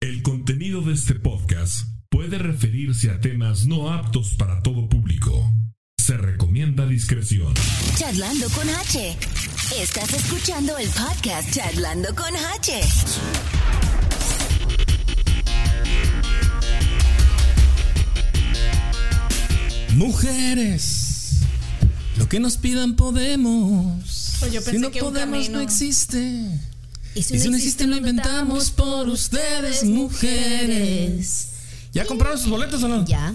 El contenido de este podcast puede referirse a temas no aptos para todo público. Se recomienda discreción. Charlando con H. Estás escuchando el podcast Charlando con H. Mujeres, lo que nos pidan podemos. Pues yo pensé si no que un podemos camino. no existe. Y Y si no existe lo inventamos por ustedes, mujeres. ¿Ya compraron sus boletos o no? ¿Ya?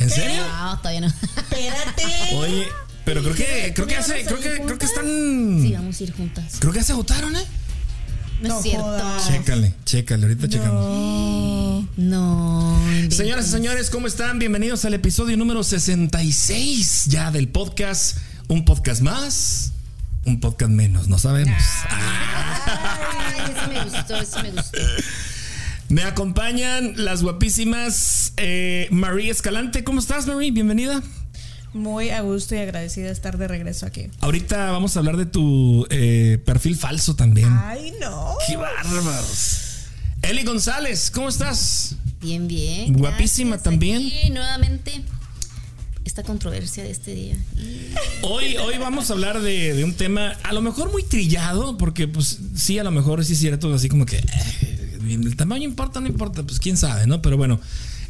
¿En serio? No, Ah, todavía no. Espérate. Oye, pero creo que creo que ¿Ya hace vas a creo ir que creo que juntas? Sí, están vamos a ir juntas. creo que ya se agotaron, ¿eh? No, No es cierto. jodas. Chécale, chécale, ahorita checamos. No. inventes. Señoras y señores, ¿cómo están? Bienvenidos al episodio número 66 ya del podcast, un podcast más, un podcast menos, no sabemos. Ah. Ay, eso me gustó, eso me gustó. Me acompañan las guapísimas eh, María Escalante. ¿Cómo estás, María? Bienvenida. Muy a gusto y agradecida de estar de regreso aquí. Ahorita vamos a hablar de tu eh, perfil falso también. Ay, no. ¡Qué bárbaros! Eli González, ¿cómo estás? Bien, bien. gracias. Guapísima también. Aquí, nuevamente esta controversia de este día. Y- Hoy, hoy vamos a hablar de, de un tema a lo mejor muy trillado, porque pues sí, a lo mejor sí es cierto, así como que eh, el tamaño importa, no importa, pues quién sabe, ¿no? Pero bueno,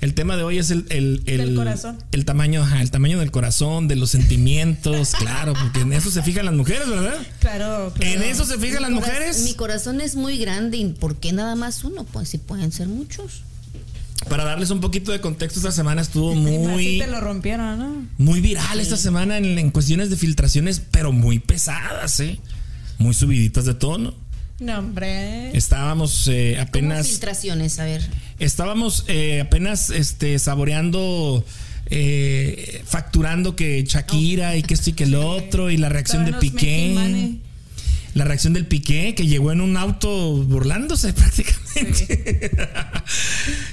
el tema de hoy es el... el, el- Del corazón. El tamaño, ajá, el tamaño del corazón, de los sentimientos, claro, porque en eso se fijan las mujeres, ¿verdad? Claro, claro. En eso se fijan las Mi cora- Mi mujeres. corazón es muy grande y ¿por qué nada más uno? Pues si pueden ser muchos. Para darles un poquito de contexto, esta semana estuvo Y más si muy... te lo rompieron, ¿no? muy viral esta semana en, en cuestiones de filtraciones, pero muy pesadas, ¿eh? Muy subiditas de tono. No, hombre. Estábamos eh, Como apenas, filtraciones, a ver. estábamos eh, apenas este, saboreando, eh, facturando que Shakira y que esto y que el otro y la reacción de Estaban los making Piqué. money. La reacción del Piqué que llegó en un auto burlándose prácticamente.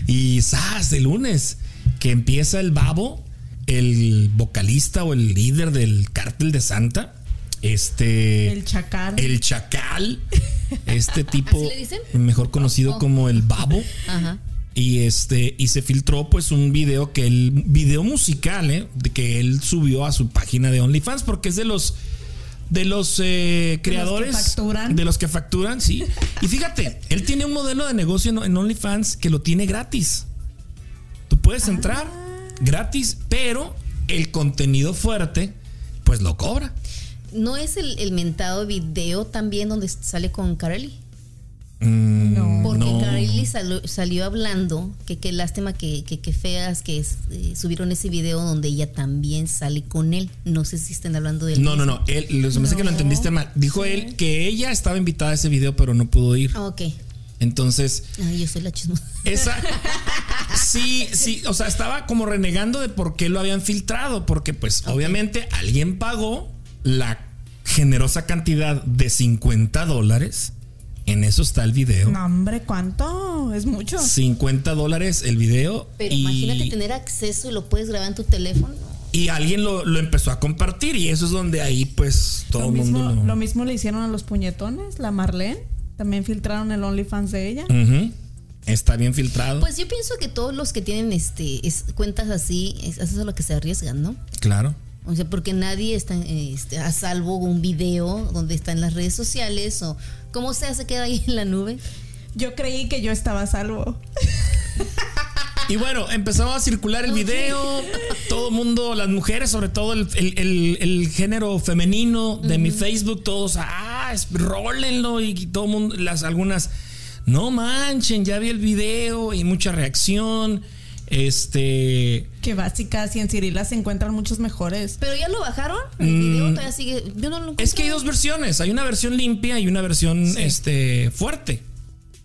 y sas, el lunes que empieza el babo, el vocalista o el líder del cártel de Santa, este El chacal. el chacal, este tipo ¿Así le dicen? mejor conocido como el babo. Ajá. Y este y se filtró pues un video que el video musical ¿eh? de que él subió a su página de OnlyFans porque es de los de los eh, creadores facturan. de los que facturan, sí. Y fíjate, él tiene un modelo de negocio en- en OnlyFans que lo tiene gratis. Tú puedes entrar gratis, pero el contenido fuerte pues lo cobra. ¿No es el, el mentado video también donde sale con Carly? Mm, No. Porque no. Carly salo- salió hablando que qué lástima que, que, que feas que es- eh, subieron ese video donde ella también sale con él. No sé si están hablando de él. No, no, no. Él, lo- se me hace que lo No. entendiste mal. Dijo él que ella estaba invitada a ese video, pero no pudo ir. Ah, ok. Entonces, Ay, yo soy la chismosa. esa. sí, sí. O sea, estaba como renegando de por qué lo habían filtrado. Porque, pues, obviamente, alguien pagó la generosa cantidad de 50 dólares. En eso está el video. No, hombre, ¿cuánto? Es mucho. 50 dólares el video. Pero y- imagínate tener acceso y lo puedes grabar en tu teléfono. Y alguien lo, lo empezó a compartir. Y eso es donde ahí, pues, todo Lo el mismo, mundo. lo- lo mismo le hicieron a los puñetones, la Marlene. También filtraron el OnlyFans de ella. Ujú. Está bien filtrado. Pues yo pienso que todos los que tienen este es- cuentas así, es, eso es a lo que se arriesgan, ¿no? claro. O sea, porque nadie está eh, este, a salvo un video donde está en las redes sociales o como sea, se queda ahí en la nube. Yo creí que yo estaba a salvo. Y bueno, empezaba a circular el video. Todo el mundo, las mujeres, sobre todo el, el- el- el género femenino de mi Facebook, todos, ah, es- rólenlo. Y todo el mundo, las algunas, no manchen, ya vi el video y mucha reacción. Este. Que básicas y en Cirila se encuentran muchos mejores. Pero ya lo bajaron, el video todavía sigue. Yo no lo Mm. Es que hay encuentro. dos versiones. Hay una versión limpia y una versión este, fuerte.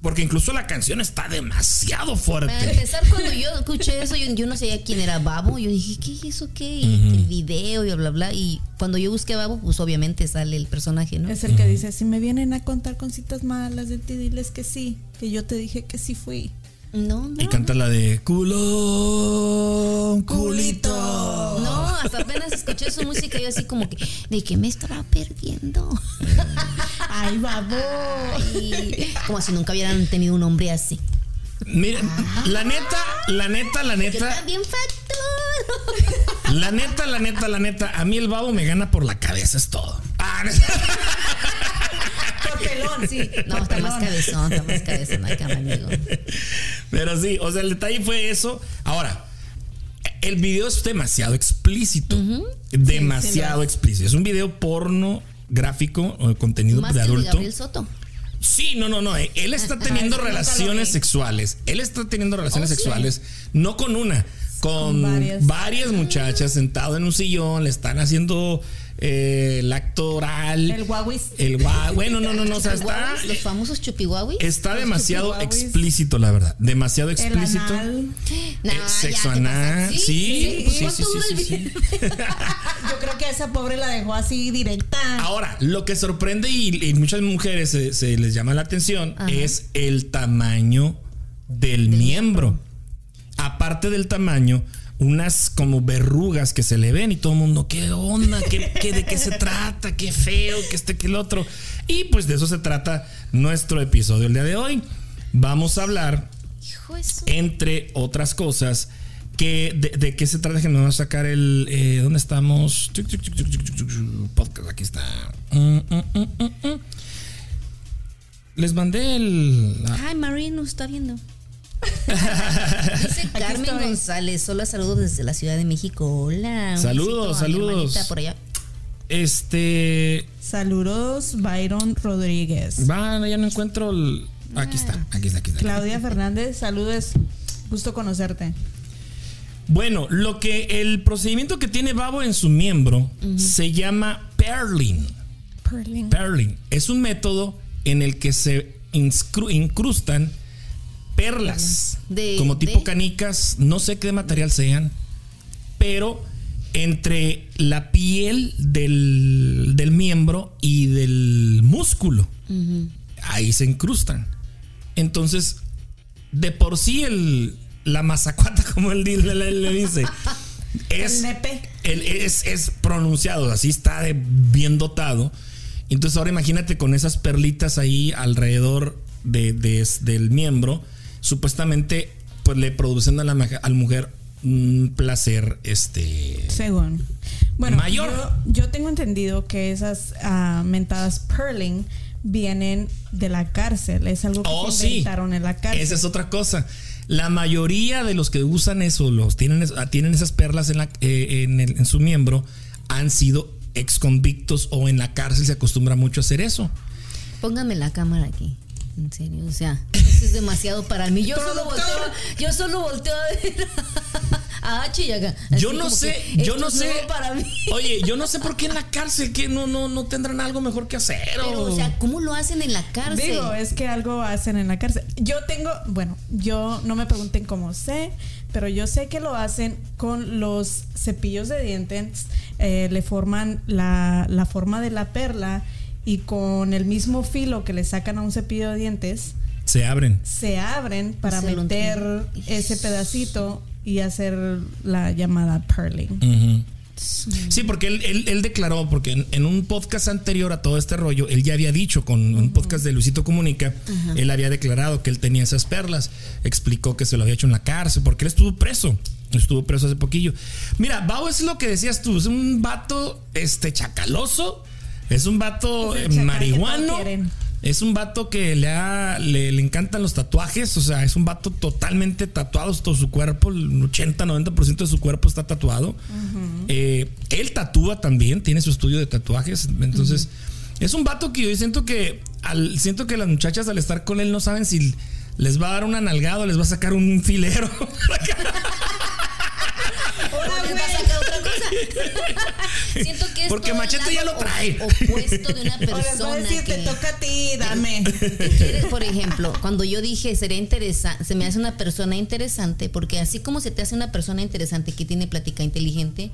Porque incluso la canción está demasiado Para fuerte. empezar, cuando yo escuché eso, yo, yo no sabía quién era Babo. Yo dije, ¿qué es eso? ¿Qué? Y El video y bla, bla, bla. Y cuando yo busqué a Babo, pues obviamente sale el personaje, ¿no? Es el que dice, si me vienen a contar cositas malas de ti, diles que sí, que yo te dije que sí fui. No, no. Y canta la de culón, culito. No, hasta apenas escuché su música. Yo, así como que, ¿de qué me estaba perdiendo? Ay, babo. Ay, como si nunca hubieran tenido un hombre así. Miren, la neta, la neta, la Yo neta, también facturo. la neta, la neta, la neta. A mí el babo me gana por la cabeza, es todo. Ah, no. Por pelón, sí. No, está más cabezón, está más cabezón acá, mi amigo. Pero sí, o sea, el detalle fue eso. Ahora, el video es demasiado explícito. Demasiado sí lo explícito. Es un video porno gráfico o contenido Más de que el de adulto. Gabriel Soto. Sí, no, no, no. eh, Él está teniendo eso nunca lo relaciones vi. sexuales. Él está teniendo relaciones Oh, sí. sexuales, no con una, con, Con varias. varias. muchachas sentado en un sillón, le están haciendo eh, el acto oral. El guauis. El gua- Bueno, no, no, no. O sea, está, Chupihuahuis, los famosos chupihuahuis. está los demasiado chupihuahuis. explícito, la verdad. Demasiado El explícito. anal. Nah, Eh, ya, sexo ¿qué pasa? anal. Sí, pues sí, sí, ¿Cuánto dura sí, el sí, video? sí. Ah, Yo creo que a esa pobre la dejó así directa. Ahora, lo que sorprende y, y muchas mujeres se, se les llama la atención Ajá. es el tamaño del miembro. Aparte del tamaño, unas como verrugas que se le ven y todo el mundo, ¿qué onda? ¿Qué, qué- de qué se trata? ¿Qué feo? ¿Qué este, que el otro? Y pues de eso se trata nuestro episodio el día de hoy. Vamos a hablar Hijo de su- entre otras cosas, que, de, de qué se trata que nos va a sacar el... eh, ¿Dónde estamos? Tuc, tuc, tuc, tuc, tuc, tuc, tuc, Podcast, aquí está. Mm, mm, mm, mm, mm. Les mandé el... ah, Ay, Marino está viendo. Dice Carmen estoy. González. Hola, saludos desde la Ciudad de México. Hola. un Saludos, besito a mi saludos. hermanita por allá. Este... Saludos, Byron Rodríguez. Van, ya no encuentro el... Aquí está, aquí está, aquí está. Claudia Fernández, saludos. Gusto conocerte. Bueno, lo que el procedimiento que tiene Babo en su miembro se llama perling. Perling es un método en el que se inscru- incrustan perlas, De- como tipo de- canicas, no sé qué material sean, pero entre la piel del, del miembro y del músculo, ahí se incrustan. Entonces, de por sí el, la mazacuata, como él di- le, le- le dice, es, El nepe. el- es, es pronunciado, así está de- bien dotado. Entonces ahora imagínate con esas perlitas ahí alrededor de, de- del miembro, supuestamente pues le producen a la maja- al mujer un placer, este... Según. Bueno, Mayor. Yo, yo tengo entendido que esas ah, mentadas perling vienen de la cárcel. Es algo que Oh, se sí. inventaron en la cárcel. Esa es otra cosa. La mayoría de los que usan eso, los tienen, es- ah, tienen esas perlas en, la, eh, en, el- en su miembro, han sido ex convictos o en la cárcel se acostumbra mucho a hacer eso. Póngame la cámara aquí. En serio, o sea, eso es demasiado para mí. Yo solo volteo, yo solo volteo a ver a H y acá. Así yo no como sé, que yo esto no es sé. nuevo para mí. Oye, yo no sé por qué en la cárcel que no, no, no tendrán algo mejor que hacer. Pero, o- o sea, ¿cómo lo hacen en la cárcel? Digo, es que algo hacen en la cárcel. Yo tengo, bueno, yo no me pregunten cómo sé, pero yo sé que lo hacen con los cepillos de dientes, eh, le forman la, la forma de la perla y con el mismo filo que le sacan a un cepillo de dientes, se abren. se abren para Se lo meter entiendo. ese pedacito y hacer la llamada perling. Ujú. Sí, porque él, él- él declaró, porque en, en un podcast anterior a todo este rollo, él ya había dicho con un podcast de Luisito Comunica, él había declarado que él tenía esas perlas, explicó que se lo había hecho en la cárcel, porque él estuvo preso, estuvo preso hace poquillo. Mira, Bao es lo que decías tú, es un vato este chacaloso, es un vato Es el eh, chacal que marihuano. todos quieren. Es un vato que le, ha- le, le encantan los tatuajes, o sea, es un vato totalmente tatuado, todo su cuerpo, el 80-90% de su cuerpo está tatuado. Eh, él tatúa también, tiene su estudio de tatuajes, entonces es un vato que yo siento que al, siento que las muchachas al estar con él no saben si les va a dar una nalgada o les va a sacar un filero. ¿Le va a sacar otra cosa? Siento que es Porque todo el Machete ya lado lo trae. op- Opuesto de una Ahora les voy a persona decir, te que- toca a ti, dame. que quiere, por ejemplo, cuando yo dije sería interesante, se me hace una persona interesante, porque así como se te hace una persona interesante que tiene plática inteligente,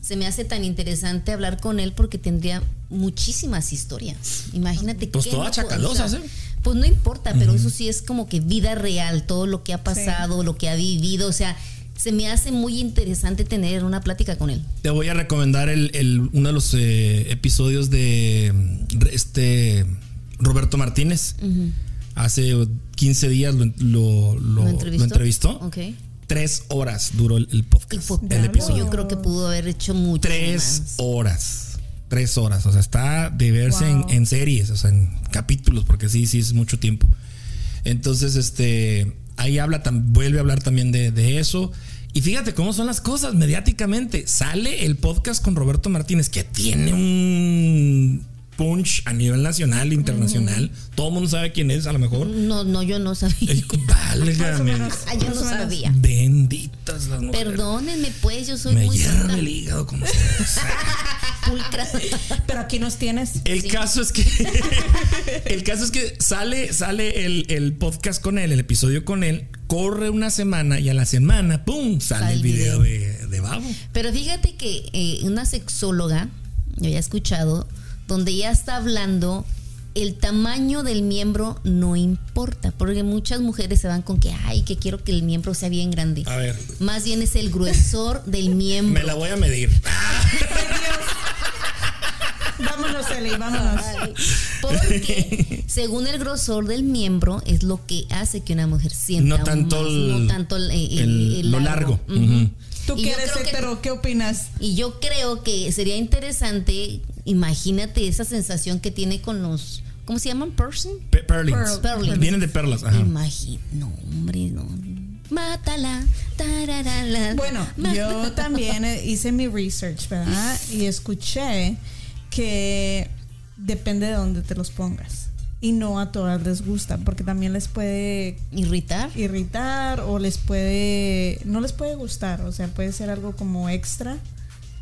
se me hace tan interesante hablar con él porque tendría muchísimas historias. Imagínate Pues qué todas loco, chacalosas, ¿eh? Pues no importa, pero eso sí es como que vida real, todo lo que ha pasado, lo que ha vivido, o sea, se me hace muy interesante tener una plática con él. Te voy a recomendar el, el- uno de los eh, episodios de mm, este Roberto Martínez. hace 15 días lo, lo- lo- ¿Lo lo entrevistó? entrevistó. Ok. Tres horas duró el, el podcast. Y fue el poco, episodio. Yo creo que pudo haber hecho mucho Tres más. horas. Tres horas. O sea, está de verse Wow. en, en series, o sea, en capítulos, porque sí, sí, es mucho tiempo. Entonces, este, ahí habla, tam- vuelve a hablar también de, de eso. Y fíjate cómo son las cosas mediáticamente. Sale el podcast con Roberto Martínez, que tiene un punch a nivel nacional, internacional. Todo el mundo sabe quién es, a lo mejor. No, no, yo no sabía. Ey, válgame. menos. Ah, yo no Más o menos. sabía. Benditas las mujeres. Perdónenme, pues, yo soy Me muy hierve santa, el hígado como ustedes. pulcra. Pero aquí nos tienes. El caso es que el caso es que sale, sale el, el podcast con él, el episodio con él, corre una semana y a la semana, ¡pum! sale Sale el el video de, de Babo. Pero fíjate que eh, una sexóloga, yo ya he escuchado, donde ya está hablando, el tamaño del miembro no importa, porque muchas mujeres se van con que, ay, que quiero que el miembro sea bien grande. A ver, Más bien es el gruesor del miembro. me la voy a medir. Vámonos, Eli, vámonos. Porque según el grosor del miembro es lo que hace que una mujer sienta No tanto más, el- no tanto el- el- el- el lo largo. Ujú. Ujú. Tú Y que yo eres creo que- hetero, ¿qué opinas? Y yo creo que sería interesante, imagínate esa sensación que tiene con los, ¿cómo se llaman? Person. Pe- Perlins. Pearl- Pearlins. Vienen de perlas. ajá. Imagina, no, hombre, no. Mátala. tararala, Bueno, yo mátala. también eh, hice mi research, ¿verdad? Y escuché que depende de dónde te los pongas. Y no a todas les gusta, porque también les puede Irritar. irritar o les puede. No les puede gustar, o sea, puede ser algo como extra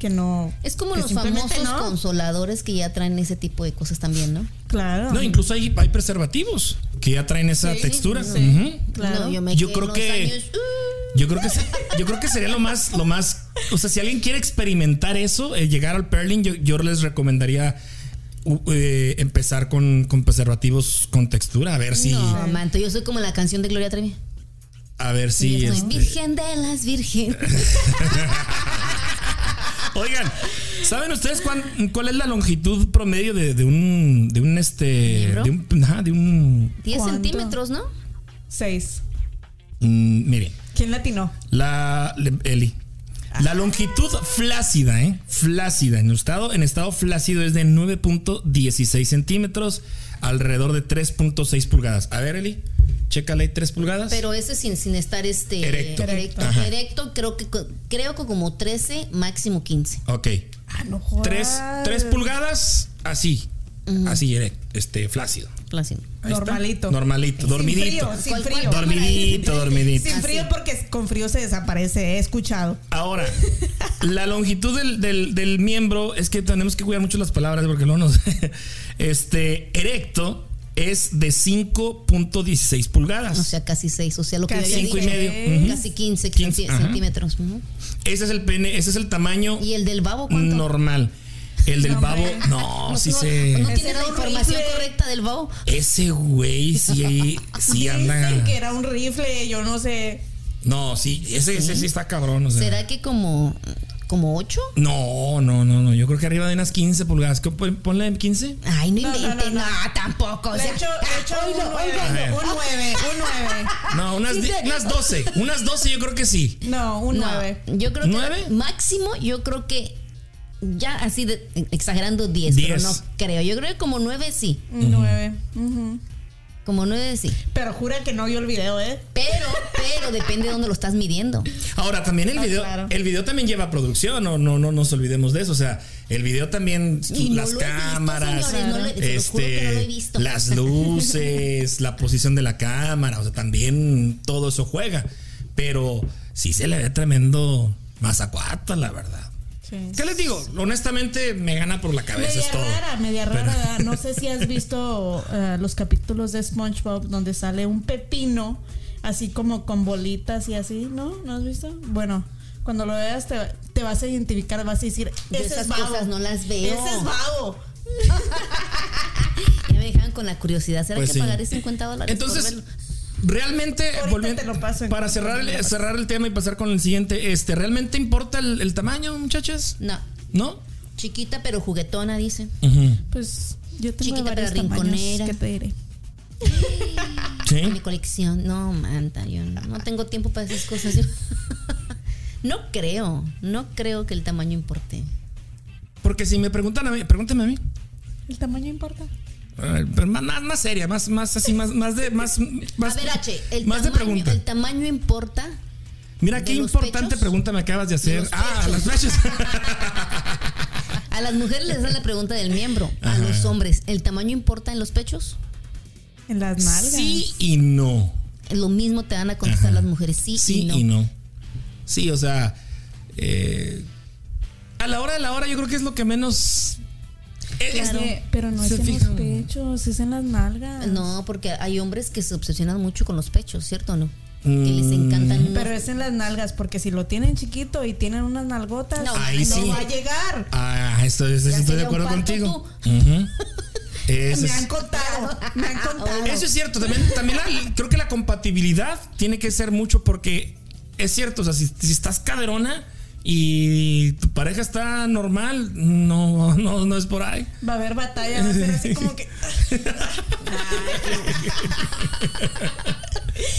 que no. Es como que los simplemente famosos no. consoladores que ya traen ese tipo de cosas también, ¿no? Claro. No, incluso hay, hay preservativos que ya traen esa textura. Ujú. Claro. No, yo me Yo quedé creo unos que- años, uh, Yo creo que se- yo creo que sería lo más lo más, o sea, si alguien quiere experimentar eso, eh, llegar al perling, yo, yo les recomendaría u- eh, empezar con, con preservativos con textura, a ver si No, manto, yo soy como la canción de Gloria Trevi. a ver Yo si soy este- virgen de las virgen. Oigan, ¿saben ustedes cuán- cuál es la longitud promedio de, de un de un este ¿Miembro? de un, ajá, de un 10 ¿Cuánto? centímetros, ¿no? Seis. mm, miren, ¿Quién latinó? La le- Eli. La longitud flácida, ¿eh? Flácida. En estado, en estado flácido es de 9.16 centímetros, alrededor de 3.6 pulgadas. A ver, Eli, chécale ahí 3 pulgadas. Pero ese sin, sin estar este Erecto. Erecto, Ajá. Erecto, creo que co- creo que como 13, máximo 15. ok. Ah, no 3, jodas. pulgadas, así. Así, erect- este, flácido. Así. Ahí está. Normalito. Normalito, dormidito. Sin ¿Cuál- frío, sin cuál frío. cámara Dormidito, dormidito. Sin frío porque con frío se desaparece, he escuchado. Ahora, la longitud del, del- del miembro es que tenemos que cuidar mucho las palabras porque no nos. Este, erecto es de 5.16 pulgadas. O sea, casi 6. O sea, lo Casi que yo ya cinco y dije, eh, medio. Ujú. Casi 15, 15, ajá. centímetros. ujú. ese es el pene, ese es el tamaño ¿Y el del babo cuánto? normal. El del No, babo, hombre. no, No, sí no, se. no Ese tiene era la un información rifle. correcta del babo. Ese güey sí, sí anda. Dicen que era un rifle, yo no sé. No, sí, ese, ese sí está cabrón. O sea. ¿Será que como, como 8? No, no, no, no. Yo creo que arriba de unas 15 pulgadas. ¿Qué, pon- Ponle 15. Ay, no No, no, inventen. No, no, no. tampoco. O Le sea, echo, le echo ah, un oiga, nueve, oiga. un 9, un 9. No, unas, di- unas 12. Unas 12 yo creo que sí. No, un No, 9. yo creo que ¿Nueve? máximo, yo creo que ya así de, exagerando 10, pero Diez. no creo. Yo creo que como 9 sí. Un 9. Como 9 sí. Pero jura que no vio el video, ¿eh? Pero, pero depende de dónde lo estás midiendo. Ahora también el Ah, video, claro. el video también lleva producción, no, no, no nos olvidemos de eso. O sea, el video también, Y no las lo he visto, cámaras, señores, no lo he- se los juro que no lo he este, visto. las luces, la posición de la cámara, o sea, también todo eso juega. Pero sí se le ve tremendo mazacuata, la verdad. Sí. ¿Qué les digo? Honestamente me gana por la cabeza Media es todo. rara, media Pero- rara. ¿verdad? No sé si has visto eh, los capítulos de SpongeBob donde sale un pepino así como con bolitas y así, ¿no? ¿No has visto? Bueno, cuando lo veas te, te vas a identificar, vas a decir, Yo ese esas es babo. cosas no las veo. Ese es babo. Ya me dejaban con la curiosidad. ¿Será Pues que sí. pagaré 50 dólares? por Entonces, verlo? realmente, Ahorita volviendo- te lo paso en- para cerrar el, cerrar el tema y pasar con el siguiente, este, ¿realmente importa el, el tamaño, muchachas? No. ¿No? Chiquita pero juguetona, dice. Pues yo tengo Chiquita, de varios pero tamaños rinconera. que te diré. a Sí. mi colección. No, manta, yo no tengo tiempo para esas cosas. Yo- no creo, no creo que el tamaño importe. Porque si me preguntan a mí, pregúntame a mí. El tamaño importa. Ay, Pero más, más, más seria, más, más así, más, más de, más, más, a ver, H, el, más de tamaño, pregunta. el tamaño importa. Mira de qué los importante pechos. pregunta me acabas de hacer. los ah, pechos. las flechas. A las mujeres les hacen la pregunta del miembro. A los hombres, ¿el tamaño importa en los pechos? En las nalgas. sí y no. Lo mismo te van a contestar Ajá. las mujeres, sí, Sí y no. y no. Sí, o sea, eh, a la hora de la hora yo creo que es lo que menos... eh, es- Es que- pero no Se es en fijan. los pechos, es en las nalgas. Mm. No, porque hay hombres que se obsesionan mucho con los pechos, ¿cierto o no? Que les Mm. encantan. unos- Pero es en las nalgas, porque si lo tienen chiquito y tienen unas nalgotas, No, no, ahí sí. va a llegar. Ah, esto, esto- Ya estoy de sería un acuerdo parto contigo. Ujú. Eso me es. han contado, me han contado. Eso es cierto, también, también la- creo que la compatibilidad tiene que ser mucho porque es cierto, o sea, si, si estás caderona y tu pareja está normal, no, no, no es por ahí. Va a haber batalla, va a ser así como que.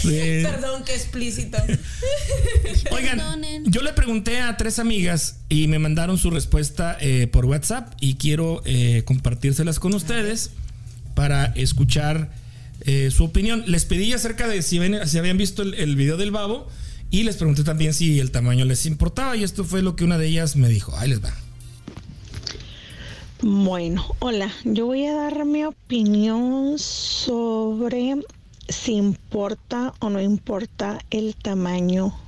Sí. Perdón, que explícito. Oigan, Perdonen. yo le pregunté a tres amigas y me mandaron su respuesta eh, por WhatsApp y quiero eh, compartírselas con ustedes para escuchar eh, su opinión. Les pedí acerca de si, ven- si habían visto el, el video del babo y les pregunté también si el tamaño les importaba y esto fue lo que una de ellas me dijo. Ahí les va. Bueno, hola, yo voy a dar mi opinión sobre si importa o no importa el tamaño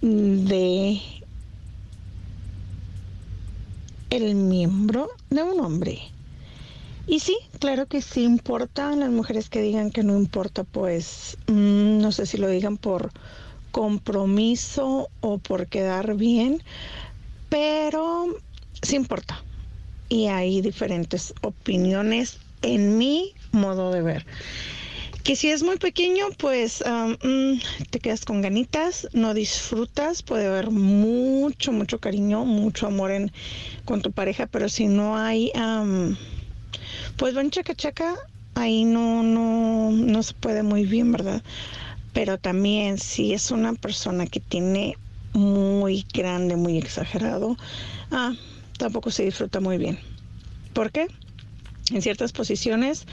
de el miembro de un hombre. Y sí, claro que sí importa. Las mujeres que digan que no importa, pues mm, no sé si lo digan por compromiso o por quedar bien, pero sí importa. Y hay diferentes opiniones en mi modo de ver. Que si es muy pequeño, pues am, mm, te quedas con ganitas, no disfrutas, puede haber mucho, mucho cariño, mucho amor en, con tu pareja, pero si no hay, am, pues buen chaca chaca, ahí no, no, no se puede muy bien, ¿verdad? Pero también si es una persona que tiene muy grande, muy exagerado, ah, tampoco se disfruta muy bien. ¿Por qué? En ciertas posiciones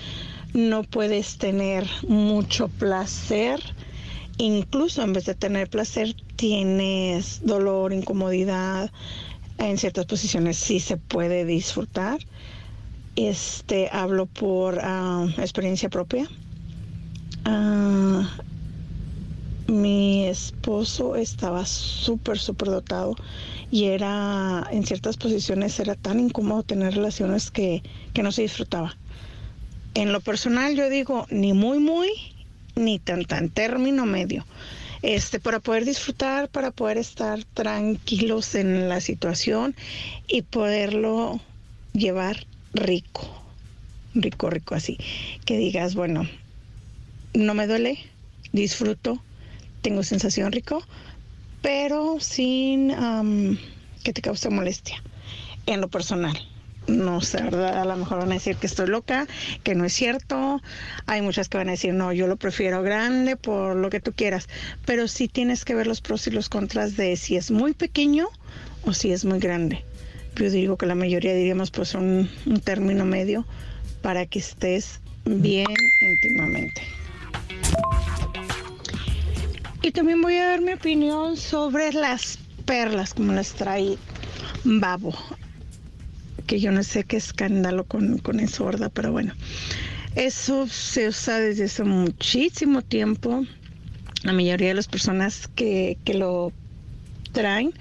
no puedes tener mucho placer. Incluso en vez de tener placer, tienes dolor, incomodidad. En ciertas posiciones sí se puede disfrutar. Este hablo por ah, experiencia propia. Ah, mi esposo estaba súper, súper dotado y era, en ciertas posiciones era tan incómodo tener relaciones que, que no se disfrutaba. En lo personal yo digo, ni muy, muy, ni tan, tan, término medio. Este, para poder disfrutar, para poder estar tranquilos en la situación y poderlo llevar rico, rico, rico así. Que digas, bueno, no me duele, disfruto, tengo sensación rico, pero sin am, que te cause molestia en lo personal. No sé, ¿verdad? A lo mejor van a decir que estoy loca, que no es cierto. Hay muchas que van a decir, no, yo lo prefiero grande por lo que tú quieras. Pero sí tienes que ver los pros y los contras de si es muy pequeño o si es muy grande. Yo digo que la mayoría diríamos pues un, un término medio para que estés bien íntimamente. Y también voy a dar mi opinión sobre las perlas, como las trae Babo. Que yo no sé qué escándalo con, con eso, ¿verdad? Pero bueno, eso se usa desde hace muchísimo tiempo. La mayoría de las personas que, que lo traen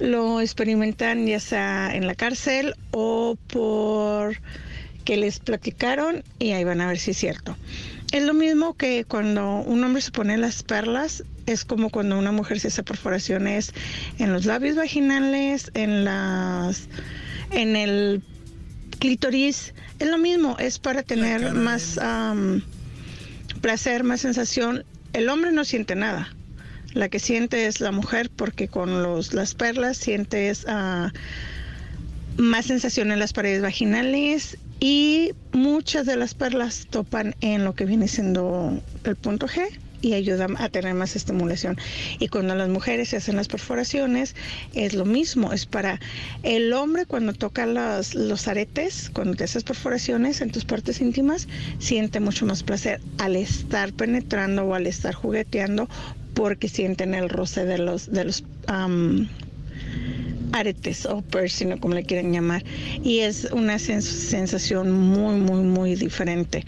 lo experimentan ya sea en la cárcel o por que les platicaron y ahí van a ver si es cierto. Es lo mismo que cuando un hombre se pone las perlas, es como cuando una mujer se hace perforaciones en los labios vaginales, en las en el clítoris, es lo mismo, es para tener más am, placer, más sensación. El hombre no siente nada. La que siente es la mujer porque con los, las perlas sientes ah, más sensación en las paredes vaginales Y muchas de las perlas topan en lo que viene siendo el punto G y ayudan a tener más estimulación. Y cuando las mujeres se hacen las perforaciones, es lo mismo, es para el hombre cuando toca las- los aretes, cuando te haces perforaciones en tus partes íntimas, siente mucho más placer al estar penetrando o al estar jugueteando porque sienten el roce de los, de los am, aretes o piercing o como le quieran llamar. Y es una sens- sensación muy, muy, muy diferente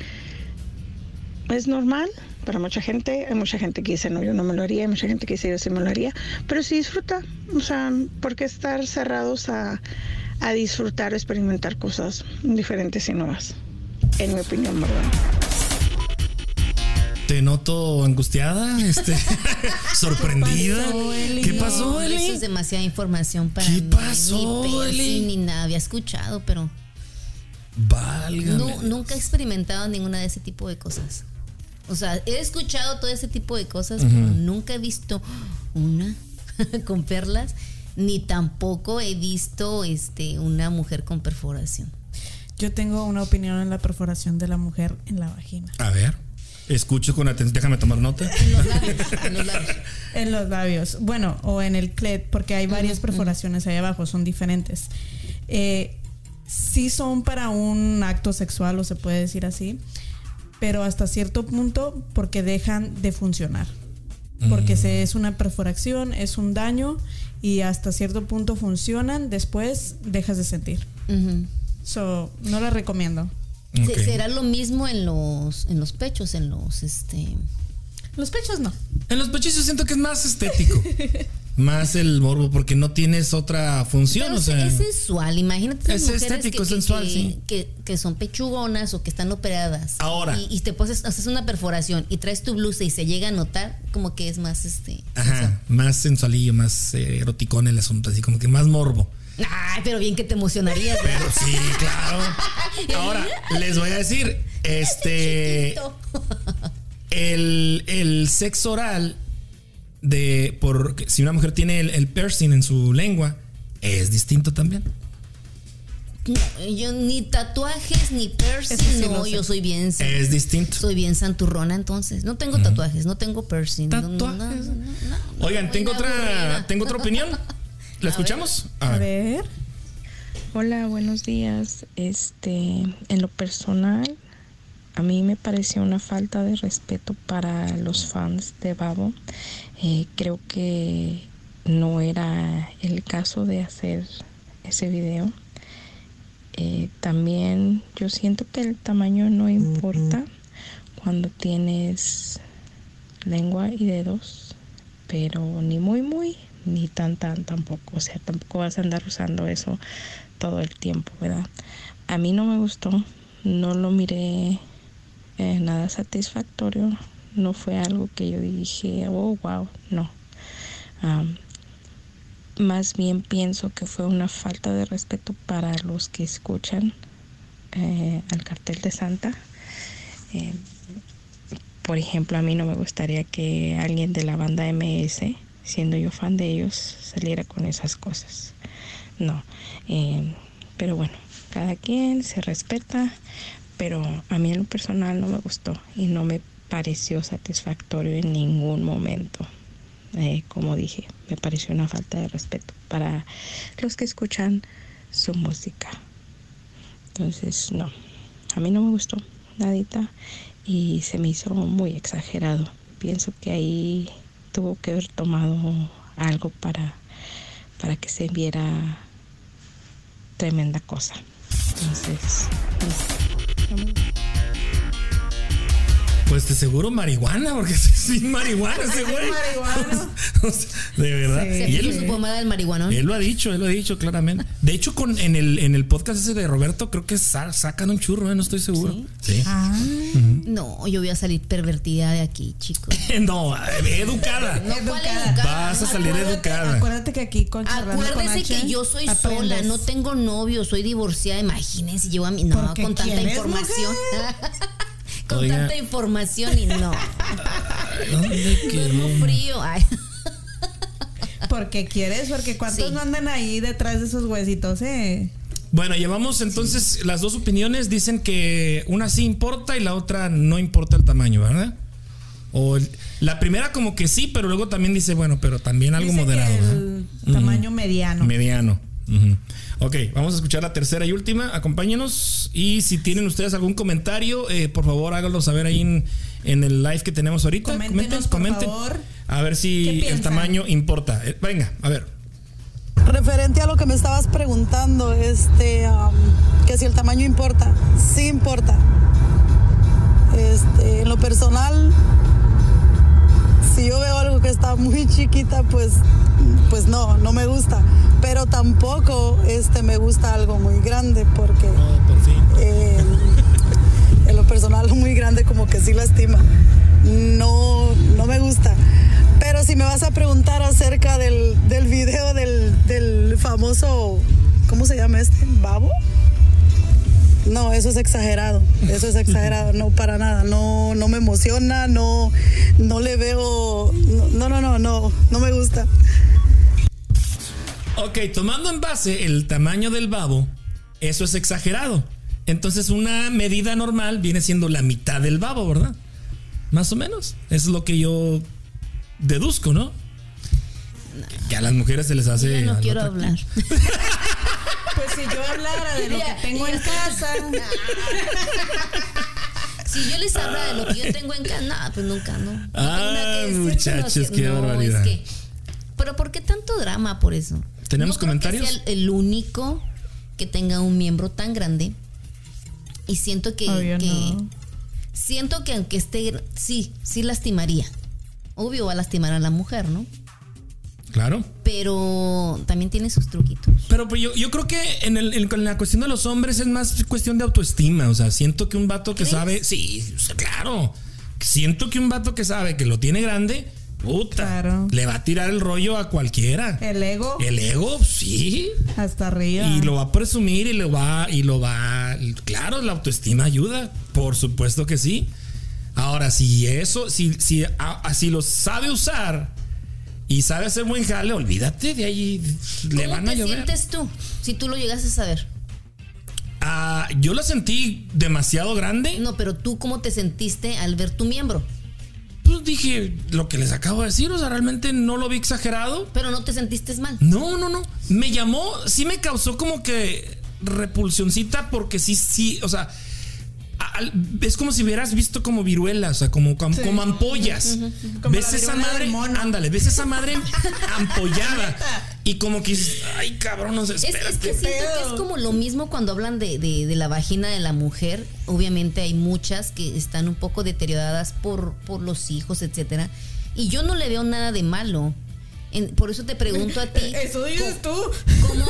es normal para mucha gente. Hay mucha gente que dice, no, yo no me lo haría. Hay mucha gente que dice, yo sí me lo haría. Pero sí disfruta. O sea, ¿por qué estar cerrados a, a disfrutar o experimentar cosas diferentes y nuevas? En mi opinión, ¿verdad? Te noto angustiada, este, sorprendida. ¿Qué pasó, No, Eso Eli? es demasiada información para ¿Qué mí. pasó, ni piercing, Eli? ni nada, había escuchado, pero Válgame. no, nunca he experimentado ninguna de ese tipo de cosas. O sea, he escuchado todo ese tipo de cosas, pero nunca he visto una con perlas, ni tampoco he visto este una mujer con perforación. Yo tengo una opinión en la perforación de la mujer en la vagina. A ver, escucho con atención. Déjame tomar nota. En los labios, en los labios. En los labios, bueno, o en el clet, porque hay varias perforaciones ahí abajo, son diferentes. Eh, sí son para un acto sexual, o se puede decir así, pero hasta cierto punto porque dejan de funcionar. Porque Mm. se, es una perforación, es un daño y hasta cierto punto funcionan, después dejas de sentir. Ujú. So, no la recomiendo. Se- Ok. Será lo mismo en los, en los pechos, en los este Los pechos no. En los pechizos siento que es más estético. más el morbo, porque no tienes otra función. Pero o sí, sea, es sensual, imagínate. las Es mujeres estético, que- es que- sensual, que, sí. que- que son pechugonas o que están operadas. Ahora. Y, y te poses, haces una perforación y traes tu blusa y se llega a notar como que es más este. ajá, más sensualillo, más eh, eroticón el asunto, así como que más morbo. Ay, pero bien que te emocionarías. ¿verdad? Pero sí, claro. Ahora, les voy a decir, este, Chiquito. el, el sexo oral de, por, si una mujer tiene el, el piercing en su lengua, es distinto también. No, yo ni tatuajes ni piercing, Eso sí no, lo sé. yo soy bien san- Es distinto. soy bien santurrona entonces. No tengo tatuajes, no tengo piercing. no, no, no, Tatuajes. no, no, no, Oigan, soy tengo una otra, aburrida. tengo otra opinión. ¿La escuchamos? Ah, A ver. Hola, buenos días. Este, en lo personal, a mí me pareció una falta de respeto para los fans de Babo. Eh, creo que no era el caso de hacer ese video. Eh, también yo siento que el tamaño no importa cuando tienes lengua y dedos, pero ni muy muy ni tan tan tampoco, o sea, tampoco vas a andar usando eso todo el tiempo, ¿verdad? A mí no me gustó, no lo miré eh, nada satisfactorio, no fue algo que yo dije, oh, wow, no. Am, más bien pienso que fue una falta de respeto para los que escuchan eh, al cartel de Santa. Eh, por ejemplo, a mí no me gustaría que alguien de la banda MS, siendo yo fan de ellos, saliera con esas cosas. No. eh, pero bueno, cada quien se respeta, pero a mí en lo personal no me gustó y no me pareció satisfactorio en ningún momento. Eh, como dije, me pareció una falta de respeto para los que escuchan su música. Entonces, no, a mí no me gustó nadita y se me hizo muy exagerado. Pienso que ahí tuvo que haber tomado algo para, para que se viera tremenda cosa. Entonces, pues, no me gustó. Pues de seguro marihuana, porque es sin marihuana ese güey. Marihuana. O sea, de verdad. Sí. Se Y puso su él, pomada del marihuanón. él lo ha dicho, él lo ha dicho claramente. De hecho, con, en, el, en el podcast ese de Roberto, creo que sa- sacan un churro, ¿eh? no estoy seguro. Sí. Ah, No, yo voy a salir pervertida de aquí, chicos. No, educada. No, ¿cuál Educada. educada? Vas a salir educada. acuérdate que aquí con Charlando con Acuérdese H, que yo soy sola, aprendes. no tengo novio, soy divorciada. Imagínense, llevo a mi. No, Porque con tanta quieres, información. con Oiga. tanta información y no. ¿Dónde Duermo frío. Ay. Porque quieres, porque cuántos Sí. no andan ahí detrás de esos huesitos, eh. Bueno, llevamos entonces las dos opiniones. Dicen que una sí importa y la otra no importa el tamaño, ¿verdad? O el- la primera como que sí, pero luego también dice, bueno, pero también algo Dice que moderado. ¿verdad? El tamaño mediano. Mediano. Ujú. Ok, vamos a escuchar la tercera y última. Acompáñenos. Y si tienen ustedes algún comentario, eh, por favor háganlo saber ahí en, en el live que tenemos ahorita. Coméntenos, por favor. A ver ¿Qué si el piensan? tamaño importa. Eh, venga, a ver. Referente a lo que me estabas preguntando, este, am, que si el tamaño importa, sí importa. Este, en lo personal, si yo veo algo que está muy chiquita, pues, pues no, no me gusta. Pero tampoco, este, me gusta algo muy grande porque No, por fin. eh, en lo personal muy grande como que sí lastima. No, no me gusta. Pero si me vas a preguntar acerca del, del video del, del famoso, ¿cómo se llama este? ¿Babo? No, eso es exagerado, eso es exagerado, no para nada, no, no me emociona, no, no le veo, no, no, no, no, no me gusta. Ok, tomando en base el tamaño del babo, eso es exagerado. Entonces una medida normal viene siendo la mitad del babo, ¿verdad? Más o menos. Eso es lo que yo deduzco, ¿no? Que- Que a las mujeres se les hace... Yo no Eh, al quiero otro- hablar. Pues si yo hablara de lo que Ella- tengo en ella- casa. Si yo les hablara de lo que yo tengo en casa, no, pues nunca, no. No Ah, tengo nada que decir, muchachos, sino que- qué no, barbaridad. es que- pero ¿por qué tanto drama por eso? ¿Tenemos No creo que comentarios? sea el, el único que tenga un miembro tan grande. Y siento que, Obvio que- no. siento que aunque esté sí, sí lastimaría. Obvio va a lastimar a la mujer, ¿no? Claro. Pero también tiene sus truquitos. Pero pues, yo, yo creo que en, el- en- en la cuestión de los hombres es más cuestión de autoestima. O sea, siento que un vato que ¿Crees? sabe. Sí, o sea, claro. Siento que un vato que sabe que lo tiene grande, puta, Claro. le va a tirar el rollo a cualquiera. El ego El ego, sí. hasta arriba. Eh, Y lo va a presumir y lo va, y lo va. Claro, la autoestima ayuda. Por supuesto que sí. Ahora, si eso, si, si, a- a- si lo sabe usar y sabe hacer buen jale, olvídate de ahí. Le ¿Cómo van a te llover. sientes tú si tú lo llegas a saber? Ah, yo la sentí demasiado grande. No, pero tú cómo te sentiste al ver tu miembro. Pues dije lo que les acabo de decir. O sea, realmente no lo vi exagerado. Pero no te sentiste mal. No, no, no. Me llamó, sí me causó como que repulsioncita porque sí, sí, o sea, a- al- es como si hubieras visto como viruelas, o sea, como, como, Sí. como ampollas. Como ves la esa viruela madre, del mono. ándale, ves esa madre ampollada y como que, dices, ay, cabrón, no sé, Es, espérate. es que siento que es como lo mismo cuando hablan de, de- de la vagina de la mujer. Obviamente hay muchas que están un poco deterioradas por, por los hijos, etcétera. Y yo no le veo nada de malo. En- por eso te pregunto a ti. Eso dices tú. ¿Cómo,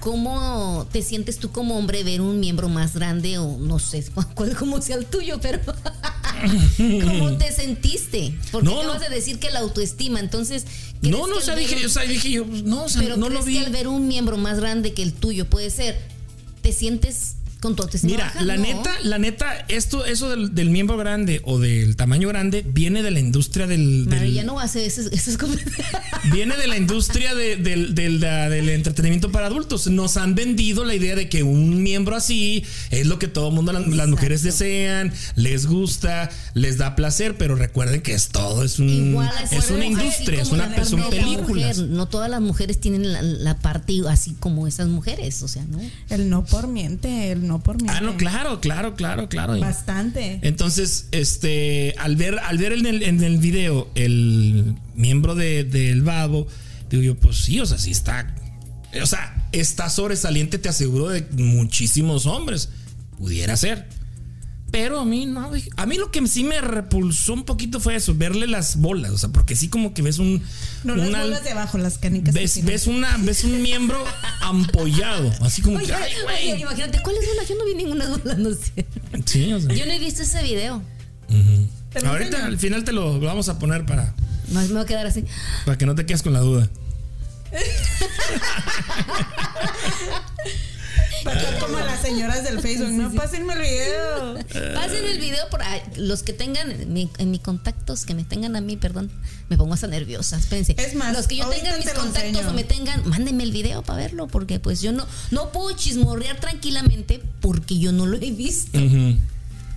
¿Cómo te sientes tú como hombre ver un miembro más grande o no sé cu- cuál, cómo sea el tuyo, pero cómo te sentiste? Porque No, acabas no. de decir que la autoestima, entonces ¿crees No, no, que o sea, al ver dije, un- o sea, dije yo, pues, no, o sea, pero no crees lo vi. que al ver un miembro más grande que el tuyo puede ser, te sientes con tu autoestima Mira, baja? la No. neta, la neta, esto, eso del, del miembro grande o del tamaño grande viene de la industria del, Mario, del- ya no hace esos, esos comentarios. viene de la industria de- del, del- da- del entretenimiento para adultos. Nos han vendido la idea de que un miembro así es lo que todo el mundo, las, las mujeres desean, les gusta, les da placer, pero recuerden que es todo, es, un, Igual, Mm, es así una como industria, es la una de son la películas. mujer. No todas las mujeres tienen la, la parte así como esas mujeres, o sea, ¿no? El no por miente, el no por miente. Ah, no, claro, Eh, claro, claro, claro. Bastante. Entonces, este, al ver, al ver en el, en el video el miembro de- del babo, digo yo, pues sí, o sea, sí está. eh, O sea, está sobresaliente, te aseguro, de muchísimos hombres. Pudiera ser. Pero a mí no, dije- a mí lo que sí me repulsó un poquito fue eso, verle las bolas, o sea, porque sí como que ves un... No las bolas de abajo, las canicas. que ves, tienen. ves una, ves un miembro ampollado, así como Oye, que, ay, oye, güey. imagínate, ¿cuáles bolas? Yo no vi ninguna bola, no sé. Sí, o sea. Yo no he visto ese video. Pero Ahorita al final te lo vamos a poner para, Más me va a quedar así. para que no te quedes con la duda. Va a estar como las señoras del Facebook, no pásenme el video. Eh, Pasen el video por ahí. los que tengan en mi, en mi contactos, que me tengan a mí, perdón, me pongo hasta nerviosa. Espérense. Es más, los que yo ahorita tenga en mis te lo contactos enseño. o me tengan, mándenme el video para verlo, porque pues yo no, no puedo chismorrear tranquilamente porque yo no lo he visto. Ujú.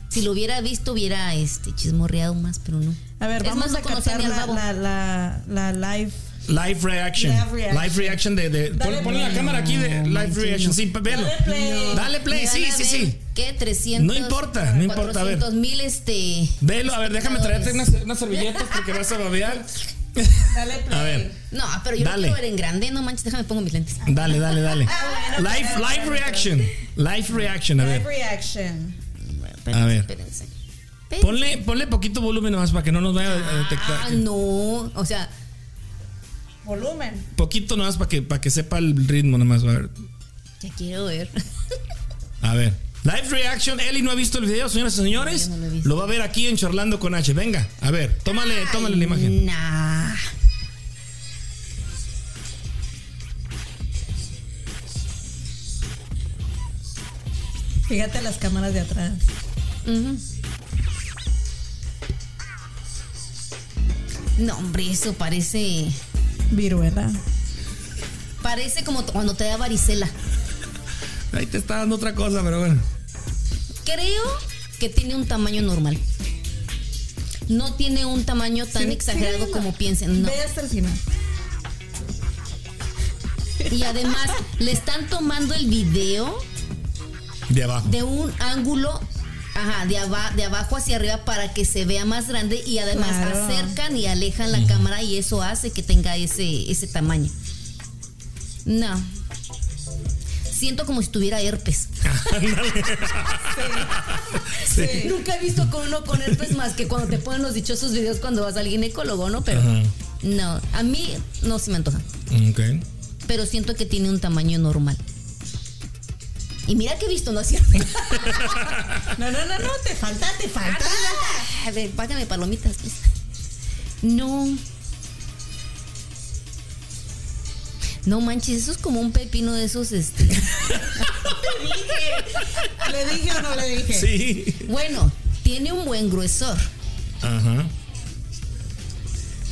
Si lo hubiera visto, hubiera este chismorreado más, pero no. A ver, Es vamos más, no a conocía captar ni al la, babo. la, la, la live. Live reaction. Live reaction. Live reaction de. de Dale pon, ponle la play. cámara aquí de live manches, reaction. no. Sí, velo. Dale play. Dale play, Me sí, van a sí, ver, sí. ¿Qué? 300. No importa, no importa, a ver. 400 mil, este. Velo, a ver, déjame traerte unas, unas servilletas porque vas a babear. Dale play. A ver. No, pero yo Dale. lo quiero ver en grande. No manches, déjame pongo mis lentes. Dale, dale, dale. Ah, bueno, Live, espérate, live espérate. reaction. Live reaction, a Live ver. reaction. Espérense, A ver. espérense. Espérense. Ponle, ponle poquito volumen nomás para que no nos vaya a Ah, detectar. no. O sea, Volumen. Poquito nomás para que, para que sepa el ritmo nomás. A ver. ya quiero ver. A ver. Live reaction. Eli no ha visto el video, señoras y señores. No, yo no lo he lo, visto. va a ver aquí en Charlando con H. Venga, a ver. Tómale, tómale la imagen. Nah. Fíjate las cámaras de atrás. Ujú. No, hombre, eso parece. Viruela. Parece como t- cuando te da varicela. Ahí te está dando otra cosa, pero bueno. Creo que tiene un tamaño normal. No tiene un tamaño tan Sí, exagerado sí, como no. piensen. No. Ve hasta el final. Y además le están tomando el video De abajo. de un ángulo ajá, de, aba- de abajo hacia arriba para que se vea más grande y además Claro. acercan y alejan la cámara y eso hace que tenga ese, ese tamaño. No. Siento como si tuviera herpes. Sí. Nunca he visto con uno con herpes más que cuando te ponen los dichosos videos cuando vas al ginecólogo, ¿no? Pero Ajá. no, a mí no se me antoja. Ok. Pero siento que tiene un tamaño normal. Y mira que he visto, ¿no es cierto? No, no, no, no, te falta, te falta. Ah, de- Págame palomitas. pues. No. No manches, eso es como un pepino de esos. Este. ¿Le dije o no le dije? Sí. Bueno, tiene un buen gruesor. Ajá.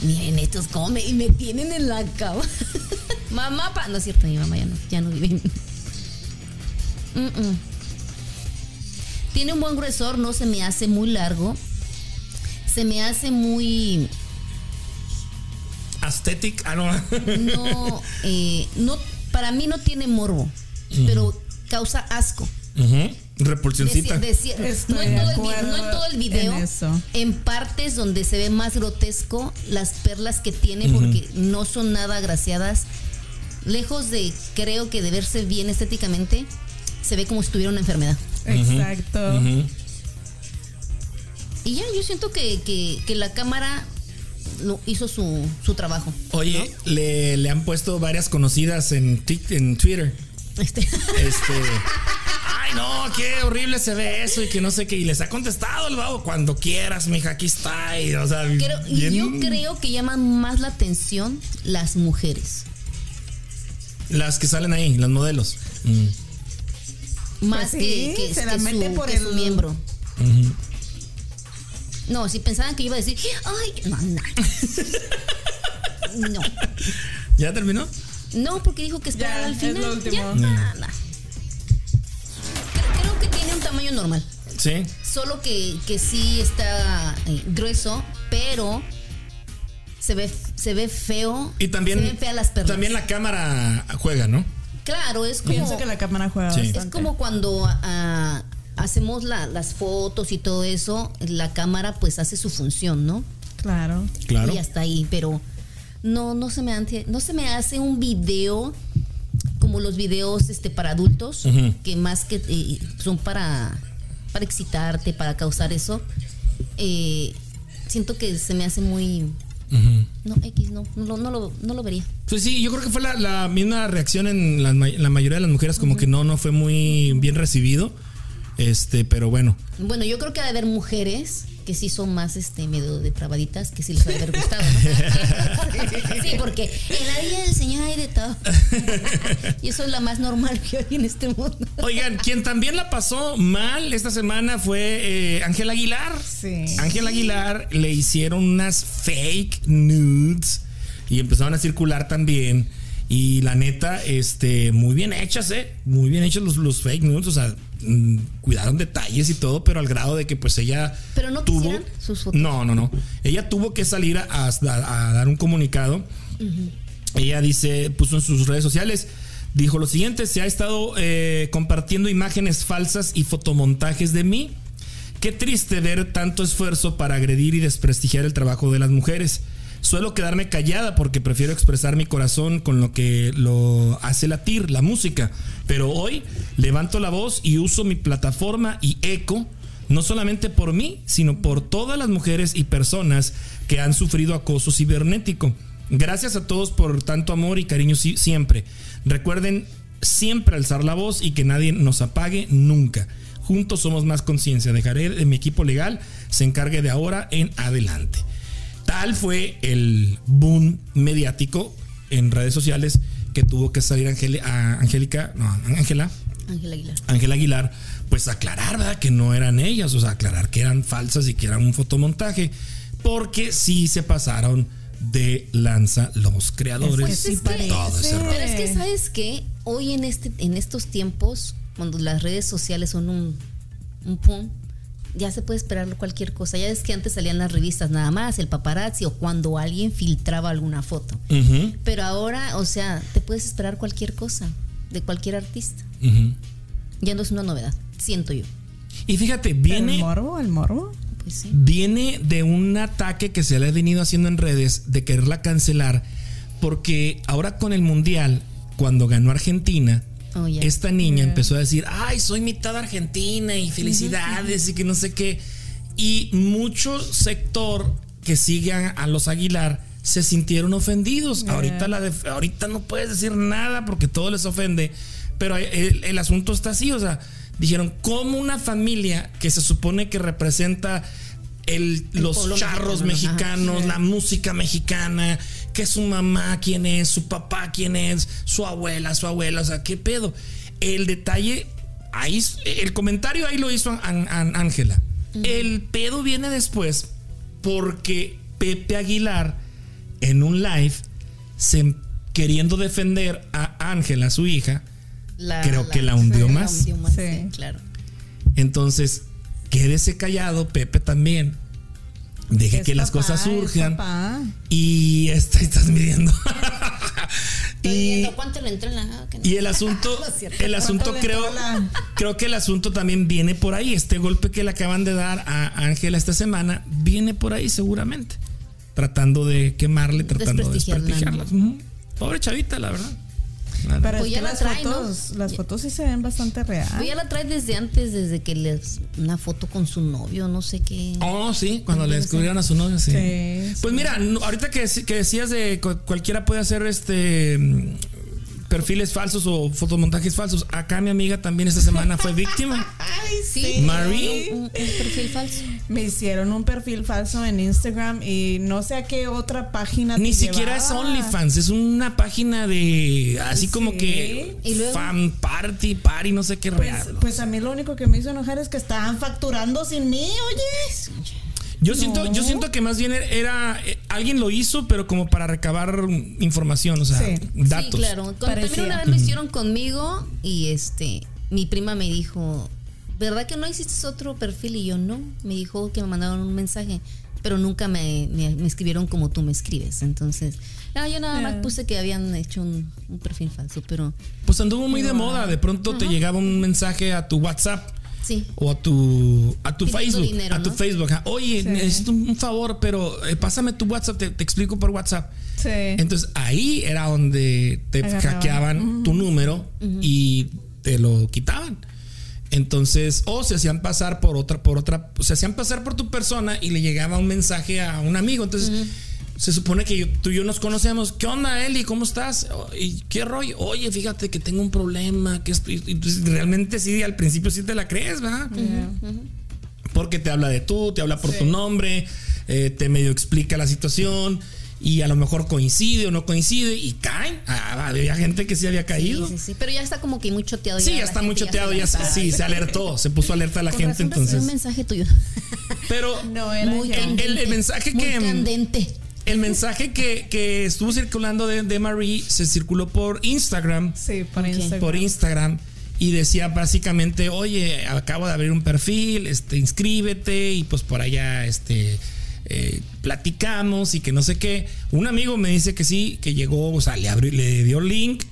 Miren, estos come y me tienen en la cama. mamá, pa. No es cierto, mi mamá ya no, ya no vive. Mm, mm. Tiene un buen gruesor, no se me hace muy largo. Se me hace muy. Aesthetic. Ah, no. no, eh, no, para mí no tiene morbo, pero causa asco. Ujú. De ci- Repulsioncita. de ci- Estoy no, en de todo el, vi- acuerdo no en todo el video, en en, eso. partes donde se ve más grotesco las perlas que tiene porque no son nada agraciadas. Lejos de, creo que de verse bien estéticamente, se ve como si tuviera una enfermedad. Exacto. Ujú. Y ya, yo siento que, que- que la cámara lo hizo su, su trabajo. Oye, le, le han puesto varias conocidas en, Tik- en Twitter. Este. Este. Ay, no, qué horrible se ve eso y que no sé qué. Y les ha contestado el babo cuando quieras, mija, aquí está. Y, o sea, Creo- y bien- yo creo que llaman más la atención las mujeres. Las que salen ahí, las modelos. Mm. Más Pues sí, que, que, se la que su- mete por que su el- miembro. No, si pensaban que yo iba a decir, ay, no, no. no, ¿Ya terminó? no, porque dijo que esperaba Ya, al es final. lo último. Ya, Mm. nada. Creo, creo que tiene un tamaño normal. Sí. Solo que, que sí está eh, grueso, pero se ve, se ve feo. Y también, se ven feas las perlas. también la cámara juega, ¿no? Claro, es como. Pienso que la cámara juega Sí. Es bastante. como cuando ah, hacemos la- las fotos y todo eso, la cámara pues hace su función, ¿no? Claro. Claro. Y hasta ahí, pero no, no se me hace, no se me hace un video como los videos este para adultos, Ujú. que más que eh, son para, para excitarte, para causar eso. Eh, siento que se me hace muy Ujú. no X, no, no, lo- no lo, no lo vería. Pues sí, yo creo que fue la, la misma reacción en la, ma- la mayoría de las mujeres, como que no, no fue muy bien recibido. Este, pero bueno. Bueno, yo creo que ha de haber mujeres que sí son más este medio depravaditas que sí les ha de haber gustado. ¿no? Sí, porque en la vida del Señor hay de todo. Yo soy la más normal que hay en este mundo. Oigan, quien también la pasó mal esta semana fue eh, Ángel Aguilar. Sí. Ángel Aguilar le hicieron unas fake nudes y empezaron a circular también. Y la neta, este, muy bien hechas, ¿eh? Muy bien hechos los, los fake nudes. O sea, mm, cuidaron detalles y todo, pero al grado de que pues ella Pero no tuvo... pusieron sus fotos. No, no, no. Ella tuvo que salir a, a- a dar un comunicado. Ella dice, puso en sus redes sociales, dijo lo siguiente, se ha estado eh, compartiendo imágenes falsas y fotomontajes de mí. Qué triste ver tanto esfuerzo para agredir y desprestigiar el trabajo de las mujeres. Suelo quedarme callada porque prefiero expresar mi corazón con lo que lo hace latir, la música. Pero hoy levanto la voz y uso mi plataforma y eco, no solamente por mí, sino por todas las mujeres y personas que han sufrido acoso cibernético. Gracias a todos por tanto amor y cariño si- siempre. Recuerden siempre alzar la voz y que nadie nos apague nunca. Juntos somos más conciencia. Dejaré de mi equipo legal se encargue de ahora en adelante. Tal fue el boom mediático en redes sociales que tuvo que salir Angel- a Angélica, no, Ángela, Ángel Aguilar. Ángela Aguilar, pues aclarar, ¿verdad? Que no eran ellas, o sea, aclarar que eran falsas y que era un fotomontaje, porque sí se pasaron de lanza los creadores. Pues Pues Es que sí de todo ese rollo. Pero es que sabes que hoy en este, en estos tiempos, cuando las redes sociales son un, un pum, ya se puede esperar cualquier cosa. Ya es que antes salían las revistas nada más, el paparazzi o cuando alguien filtraba alguna foto. Ujú, Pero ahora, o sea, te puedes esperar cualquier cosa de cualquier artista. ujú. Ya no es una novedad, siento yo. Y fíjate, ¿El viene, morbo? ¿El morbo? Pues sí. viene de un ataque que se le ha venido haciendo en redes de quererla cancelar, porque ahora con el Mundial, cuando ganó Argentina, Oh, ya. esta niña empezó a decir, ay, soy mitad argentina y felicidades y que no sé qué. Y mucho sector que sigue a, a los Aguilar se sintieron ofendidos. Ahorita, la def- ahorita no puedes decir nada porque todo les ofende. Pero el, el asunto está así, o sea, dijeron, ¿cómo una familia que se supone que representa el, El los pueblo charros mexicano, ajá. mexicanos, la música mexicana, que su mamá quién es, su papá quién es, su abuela, su abuela, o sea, qué pedo. El detalle, ahí, el comentario ahí lo hizo An- An- Ángela. El pedo viene después porque Pepe Aguilar en un live, se- queriendo defender a Ángela, su hija, La- creo que la hundió más. hundió más, Sí. sí, claro. entonces quédese callado, Pepe también. Deje Es que las papá, cosas es surjan. papá. Y esta- estás midiendo. Estoy y, viendo cuánto le entró en la... ah, que no. y el asunto, No es cierto. el asunto ¿Cuánto le creo, entró la- creo que el asunto también viene por ahí. Este golpe que le acaban de dar a Ángela esta semana viene por ahí seguramente. Tratando de quemarle, tratando de Desprestigiarla, desprestigiarla. Ujú. Pobre chavita, la verdad. La neta. Pero Pues es ya que la las trae, ¿no? fotos, las Ya- fotos sí se ven bastante Pues ya reales. la trae desde antes, desde que le una foto con su novio, no sé qué. Oh, sí, cuando le descubrieron a su novio, sí. Sí, Pues mira, no, ahorita que, dec- que decías de cu- cualquiera puede hacer este mm, perfiles falsos o fotomontajes falsos, acá mi amiga también esta semana fue víctima. Sí. Marie. Un, un perfil falso. Me hicieron un perfil falso en Instagram y no sé a qué otra página. Ni te siquiera es llevaba. OnlyFans, es una página de así como Sí. que Y luego- fan party, party, no sé qué Pues, real. pues a mí lo único que me hizo enojar es que estaban facturando sin mí, oye. Yo siento, yo siento que más bien era eh, alguien lo hizo, pero como para recabar mm, información, o sea, Sí. datos. Sí, claro. Cuando Parecía. también una vez lo hicieron conmigo y este, mi prima me dijo, ¿verdad que no hiciste otro perfil? Y yo no. Me dijo que me mandaron un mensaje, pero nunca me, me- me escribieron como tú me escribes. Entonces, no, yo nada más Ah. puse que habían hecho un, un perfil falso, pero Pues anduvo muy de moda, de pronto te llegaba un mensaje a tu WhatsApp. sí. o a tu a tu Pidiendo Facebook, dinero, a tu ¿no? Facebook. ajá. Oye, necesito un un favor, pero eh, pásame tu WhatsApp, te, te explico por WhatsApp. Sí. Entonces ahí era donde te Agarraban. hackeaban tu número y te lo quitaban. Entonces, o se hacían pasar por otra, por otra, se hacían pasar por tu persona y le llegaba un mensaje a un amigo. Entonces, se supone que yo- tú y yo nos conocemos. ¿Qué onda, Eli? ¿Cómo estás? O- ¿Y qué rollo? Oye, fíjate que tengo un problema. Que estoy, y tú realmente sí, al principio sí te la crees, ¿verdad? Porque te habla de tú, te habla por tu nombre, eh, te medio explica la situación y a lo mejor coincide o no coincide y caen. Ah, había gente que sí había caído. Sí, sí, sí, pero ya está como que muy choteado. Sí, ya la está gente muy choteado, se ya se- levanta. sí, se alertó, se puso alerta a la Con gente, razón recibí entonces. un mensaje tuyo. Pero No, era Muy yo. el- el candente, mensaje muy que, mm, candente. el mensaje que, que estuvo circulando de, de Marie se circuló por Instagram, Sí, por Ok. Instagram. por Instagram y decía básicamente, oye, acabo de abrir un perfil, este, inscríbete y pues por allá, este. eh, platicamos y que no sé qué. Un amigo me dice que sí, que llegó, o sea, le abrió, le dio link,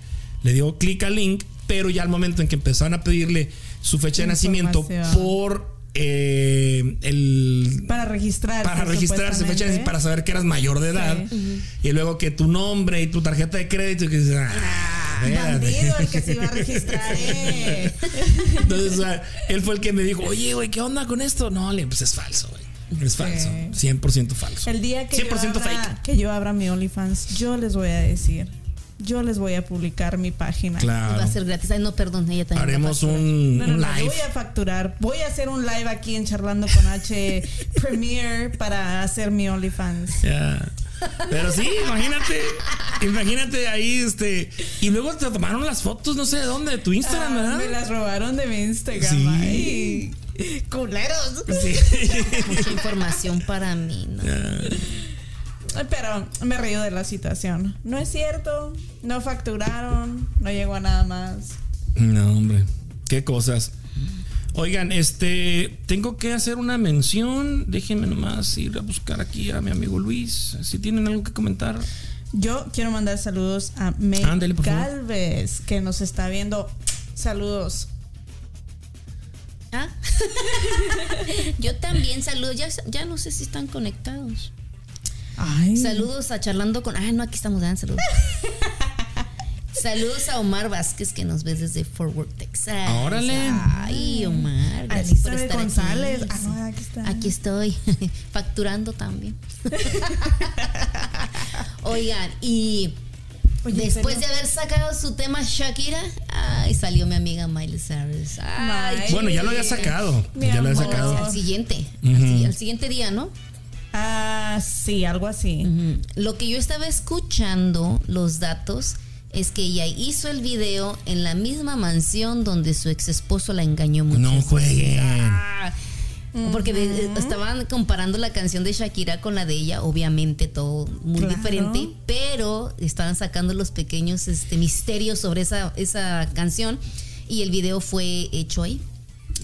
le dio clic al link, pero ya al momento en que empezaron a pedirle su fecha de nacimiento Información. por eh, el para registrarse. para registrarse, fecha de- supuestamente. para saber que eras mayor de edad. Y luego que tu nombre y tu tarjeta de crédito. Y que dices, ah, espérate. Bandido el que se iba a registrar, eh. Entonces, o sea, él fue el que me dijo, oye, güey, ¿qué onda con esto? No, le, pues es falso, güey. Es falso. 100% falso. El día que, yo 100% abra, fake. que yo abra mi OnlyFans, yo les voy a decir. Yo les voy a publicar mi página. Va a Claro. ser gratis. Ay, no, perdón, ella también. mm, Ah. Haremos va a un, No, no, un no, yo live. voy a facturar. Voy a hacer un live aquí en Charlando con H Premier para hacer mi OnlyFans. Ya. Pero sí, imagínate. Imagínate ahí, este. Y luego te tomaron las fotos, no sé de dónde, de tu Instagram, Ah, me ¿verdad? las robaron de mi Instagram. Sí. Ay, culeros. Sí. pasar Mucha información para mí, ¿no? Pero me río de la situación. No es cierto. No facturaron. No llegó a nada más. No, hombre. Qué cosas. Oigan, este, tengo que hacer una mención. Déjenme nomás ir a buscar aquí a mi amigo Luis. Si tienen algo que comentar. Yo quiero mandar saludos a May Ándale, por favor. Galvez, que nos está viendo. Saludos. Ah. Yo también saludo. Ya, ya no sé si están conectados. Ay. Saludos a Charlando con. Ah, no, aquí estamos, dan saludos. Saludos a Omar Vázquez que nos ves desde Fort Worth, Texas. Órale. Ah, Ay, Omar, gracias por Elizabeth estar González. aquí. Ah, no, aquí está. Aquí estoy, facturando también. Oigan, y Oye, después pero- de haber sacado su tema Shakira, ay, salió mi amiga Miley Cyrus. Ay, Miley. Bueno, ya lo había sacado. Mi ya lo había amor. sacado. al siguiente, al, si- al siguiente día, ¿no? Ah, sí, algo así. Ujú. Lo que yo estaba escuchando, los datos, es que ella hizo el video en la misma mansión donde su ex esposo la engañó mucho. No jueguen. Porque de- estaban comparando la canción de Shakira con la de ella, obviamente todo muy Claro. diferente, pero estaban sacando los pequeños este, misterios sobre esa, esa canción y el video fue hecho ahí.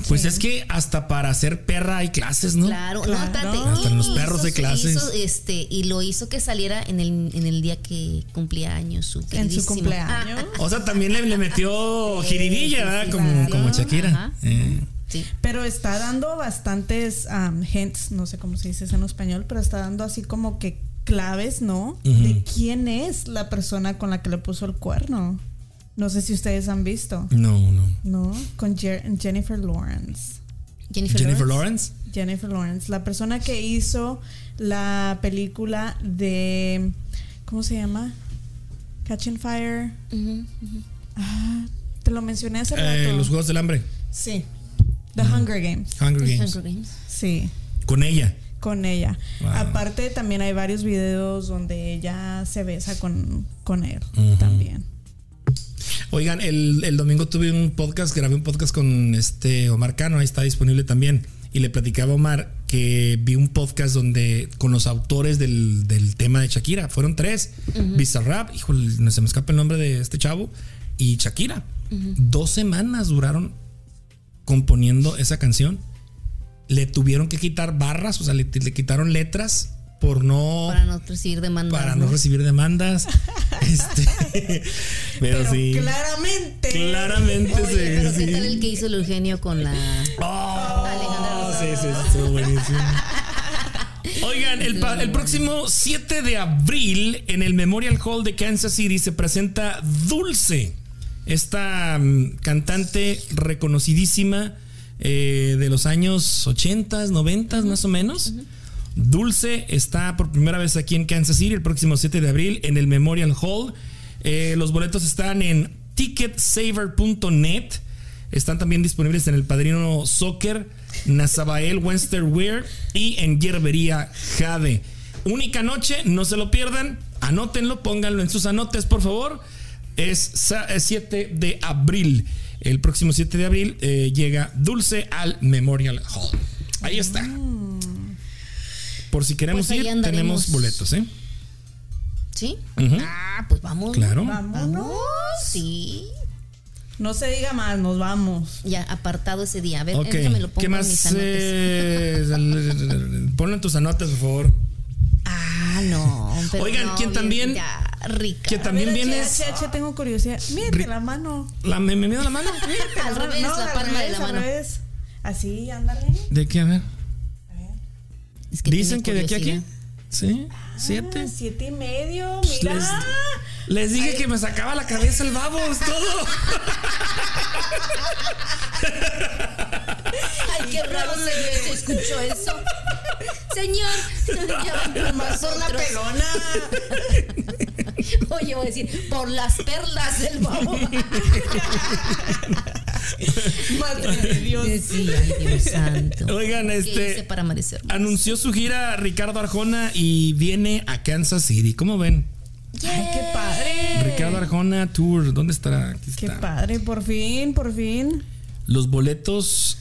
Pues es que hasta para ser perra hay clases, ¿no? Claro, Mm, Claro. no, espérate. Hasta Y los perros de hizo- clases. hizo, este, y lo hizo que saliera en el, en el día que cumplía años su En su queridísimo- cumpleaños. Ah, ah, O sea, también le, le metió jiribilla, sí, ¿verdad? sí, como, claro. como Shakira. Ajá. Eh. ah, sí. Pero está dando bastantes am, hints, no sé cómo se dice eso en español, pero está dando así como que claves, ¿no? De quién es la persona con la que le puso el cuerno. No sé si ustedes han visto, No, no. ¿no? Con Jer- Jennifer Lawrence. Jennifer, Jennifer Lawrence. Lawrence. Jennifer Lawrence, la persona que hizo la película de. ¿Cómo se llama? Catching Fire. Ah, te lo mencioné hace Eh, rato. los Juegos del Hambre. Sí. The Hunger Games. Hunger Games. Hunger Games. Sí. Con ella. con ella. Wow. Aparte también hay varios videos donde ella se besa con, con él también. Oigan, el, el domingo tuve un podcast, grabé un podcast con este Omar Cano, ahí está disponible también. Y le platicaba a Omar que vi un podcast donde con los autores del, del tema de Shakira. Fueron tres: Bizarrap, híjole, no se me escapa el nombre de este chavo, y Shakira. Dos semanas duraron componiendo esa canción. Le tuvieron que quitar barras, o sea, le, le quitaron letras por no. Para no recibir demandas. Oh. para no recibir demandas. Este, pero, Pero sí. claramente Claramente Oye, sí, pero sí. ¿qué tal el que hizo el Eugenio con la. Oh, Alejandra sí, sí, sí, estuvo buenísimo. Oigan, el, pa- el próximo 7 de abril en el Memorial Hall de Kansas City se presenta Dulce, esta mm, cantante reconocidísima eh, de los años 80, 90 más o menos. Dulce está por primera vez aquí en Kansas City el próximo 7 de abril en el Memorial Hall. Eh, los boletos están en ticketsaver.net. Están también disponibles en el Padrino Soccer Nazabael Wester Weir y en Hierbería Jade. Única noche, no se lo pierdan. Anótenlo, pónganlo en sus anotes, por favor. Es sa- es 7 de abril. El próximo 7 de abril eh, llega Dulce al Memorial Hall. Ahí está. Por si queremos Mm. Pues ahí ir, andaremos. tenemos boletos, ¿eh? ¿Sí? Ujú. Ah, pues vamos. Claro. Vamos. Vámonos. Sí. No se diga más, nos vamos. Ya apartado ese día. A ver, Ok. déjame lo pongo ¿Qué en mis más? anotes. eh, ponlo en tus anotes, por favor. Ah, no. pero Oigan, no, ¿quién bien, también? Ya, rica. Que también A ver, vienes. H, H, tengo curiosidad. Mírate Ri- la mano. La, ¿Me, me mido la mano? Al revés, No, la al palma de revés, la al mano. revés. Así, ándale. ¿De qué? A ver. Es que Dicen que tiene de aquí a aquí. curiosidad. ¿Sí? Ah, ¿Siete? siete y medio, Pues mira. les- Ah, Les dije que me sacaba la cabeza el babo, es todo. Ay, qué raro se, se escuchó eso. Señor, ya van por nosotros. Oye, voy a decir, por las perlas del babo. Madre de Dios. Sí, ay, Dios santo. Oigan, ¿Qué hice este. para amanecer? Anunció su gira Ricardo Arjona y viene a Kansas City. ¿Cómo ven? Ay, qué Eh. padre. Ricardo Arjona Tour. ¿Dónde estará? Aquí Qué está. padre, por fin, por fin. Los boletos.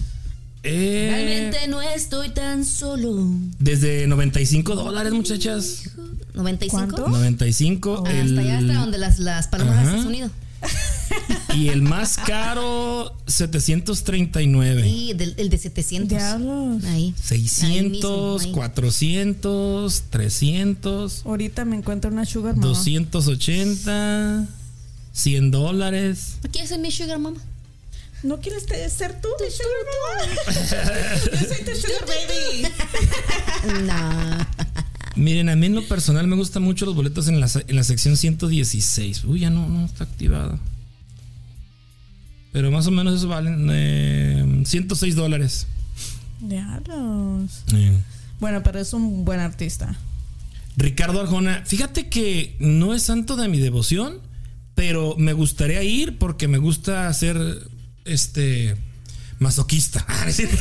eh, Realmente no estoy tan solo. Desde 95 dólares, muchachas. 95. ¿Cuánto? 95. Hasta el- allá, hasta donde las, las palomas Ajá. se han unido. Y el más caro, 739. Sí, del, el de 700. Diablos. Ahí. Ahí 600, mismo, ahí. 400, 300, Ahorita me encuentro una sugar mama. 280, 100 dólares. ¿Quieres ser mi sugar mama? ¿No quieres te- ser tú, mi sugar mama? Yo soy tu sugar baby. No. Miren, a mí en lo personal me gustan mucho los boletos en la, se- en la sección 116. Uy, ya no, no está activada. Pero más o menos eso valen eh, 106 dólares. Diablos. Eh. Bueno, pero es un buen artista. Ricardo Arjona, fíjate que no es santo de mi devoción, pero me gustaría ir porque me gusta ser este masoquista. Ah, no es cierto.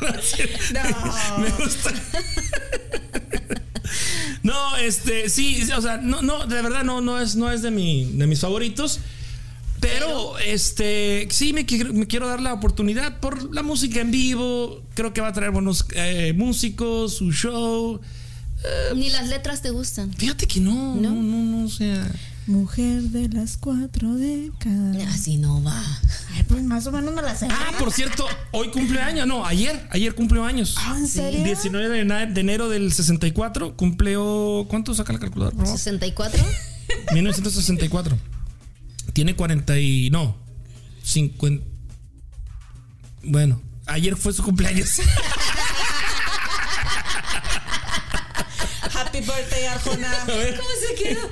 No es cierto. Me gusta. No, este, sí, o sea, no, no, de verdad no, no es, no es de, mi, de mis favoritos. Pero, este, sí, me, quiero- me quiero dar la oportunidad por la música en vivo. Creo que va a traer buenos eh, músicos, su show. Ni las letras te gustan. Fíjate que no, no, no, no, o sea. Mujer de las cuatro décadas. Así no va. Ay, pues más o menos me la sé. Ah, por cierto, hoy cumple años, no, ayer, ayer cumplió años. Ah, ¿en serio? 19 de ena- de enero del 64 cumplió. ¿Cuánto saca la calculadora? por favor? 64. 1964. Tiene 40 y. No. 50. Bueno, ayer fue su cumpleaños. Happy birthday, Arjona. A ver, ¿Cómo se quedó?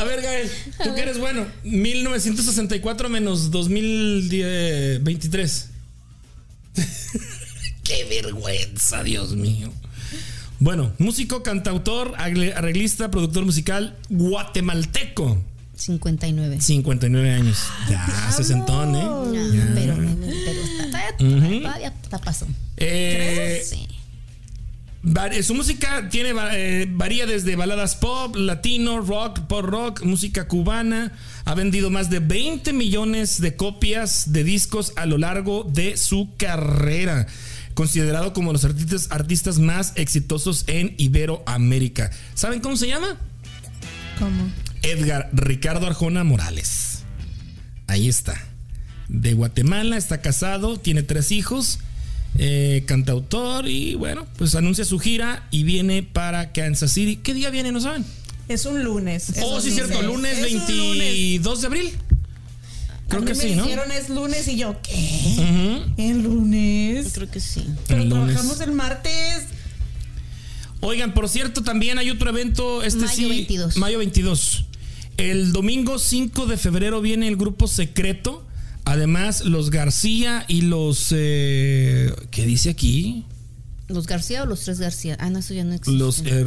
a ver, Gael, tú que eres bueno. 1964 menos 2023. Qué vergüenza, Dios mío. Bueno, músico, cantautor, arregle- arreglista, productor musical guatemalteco. 59. 59 años. Ya, sesentón, ¿eh? No, Ya. pero, pero está, Ujú. todavía está paso. Eh, Sí. Var- Su música tiene va- eh, varía desde baladas pop, latino, rock, pop rock, música cubana. Ha vendido más de 20 millones de copias de discos a lo largo de su carrera. Considerado como los artistas, artistas más exitosos en Iberoamérica. ¿Saben cómo se llama? ¿Cómo? Edgar Ricardo Arjona Morales. Ahí está. De Guatemala, está casado, tiene tres hijos, eh, cantautor y bueno, pues anuncia su gira y viene para Kansas City. ¿Qué día viene? ¿No saben? Es un lunes. es oh, un sí, cierto, lunes Es un 22 de abril. Creo A mí que me sí, ¿no? dijeron es lunes y yo, ¿qué? Ujú, El lunes. Creo que sí. Pero el lunes. trabajamos el martes. Oigan, por cierto, también hay otro evento. Este Mayo sí, 22. Mayo 22. El domingo 5 de febrero viene el grupo secreto. Además, los García y los. eh, ¿Qué dice aquí? ¿Los García o los tres García? Ah, no, eso ya no existe. Los eh, her,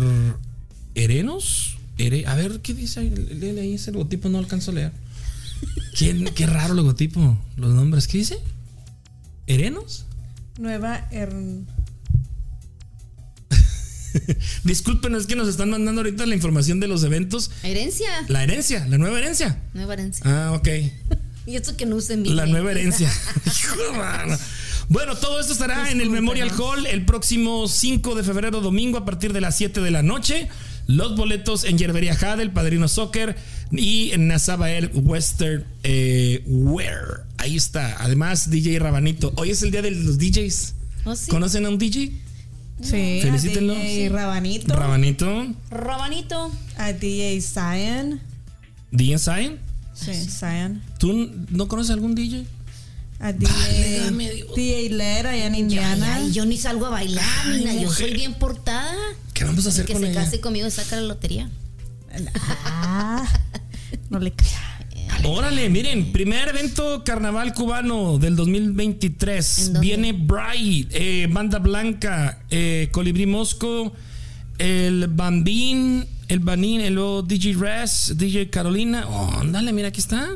Herenos. Here- a ver, ¿qué dice ahí? Léele ahí ese logotipo, no alcanzo a leer. ¿Quién- qué raro logotipo. Los nombres, ¿qué dice? ¿Erenos? Nueva Hern- Disculpen, es que nos están mandando ahorita la información de los eventos. Herencia. La herencia, la nueva herencia. Nueva herencia. Ah, ok. Y esto que no usen bien. La nueva herencia. Hijo de mano. bueno, todo esto estará en el Memorial Hall el próximo 5 de febrero, domingo, a partir de las 7 de la noche. Los boletos en Yerbería Jade, el Padrino Soccer y en Nazabael Western eh, Wear. Ahí está. Además, DJ Rabanito. Hoy es el día de los DJs. ¿Oh, sí? ¿Conocen a un DJ? Sí, a Felicítenlo. DJ Rabanito, Rabanito. Rabanito. a DJ Cyan. DJ Sign. Sí, Cyan. ¿Tú no conoces algún DJ? A DJ, DJ Led allá en Indiana. Ay, yo ni salgo a bailar, ni nada. Yo soy bien portada. ¿Qué vamos a hacer Que con se ella? case conmigo y saca la lotería. Ah, no le crea. Órale, miren, primer evento carnaval cubano del 2023. ¿En dónde? Viene Bright, eh, Banda Blanca, eh, Colibrí Mosco, el Bambín, el Banín, el luego DJ Res, DJ Carolina. Óndale, mira, aquí está.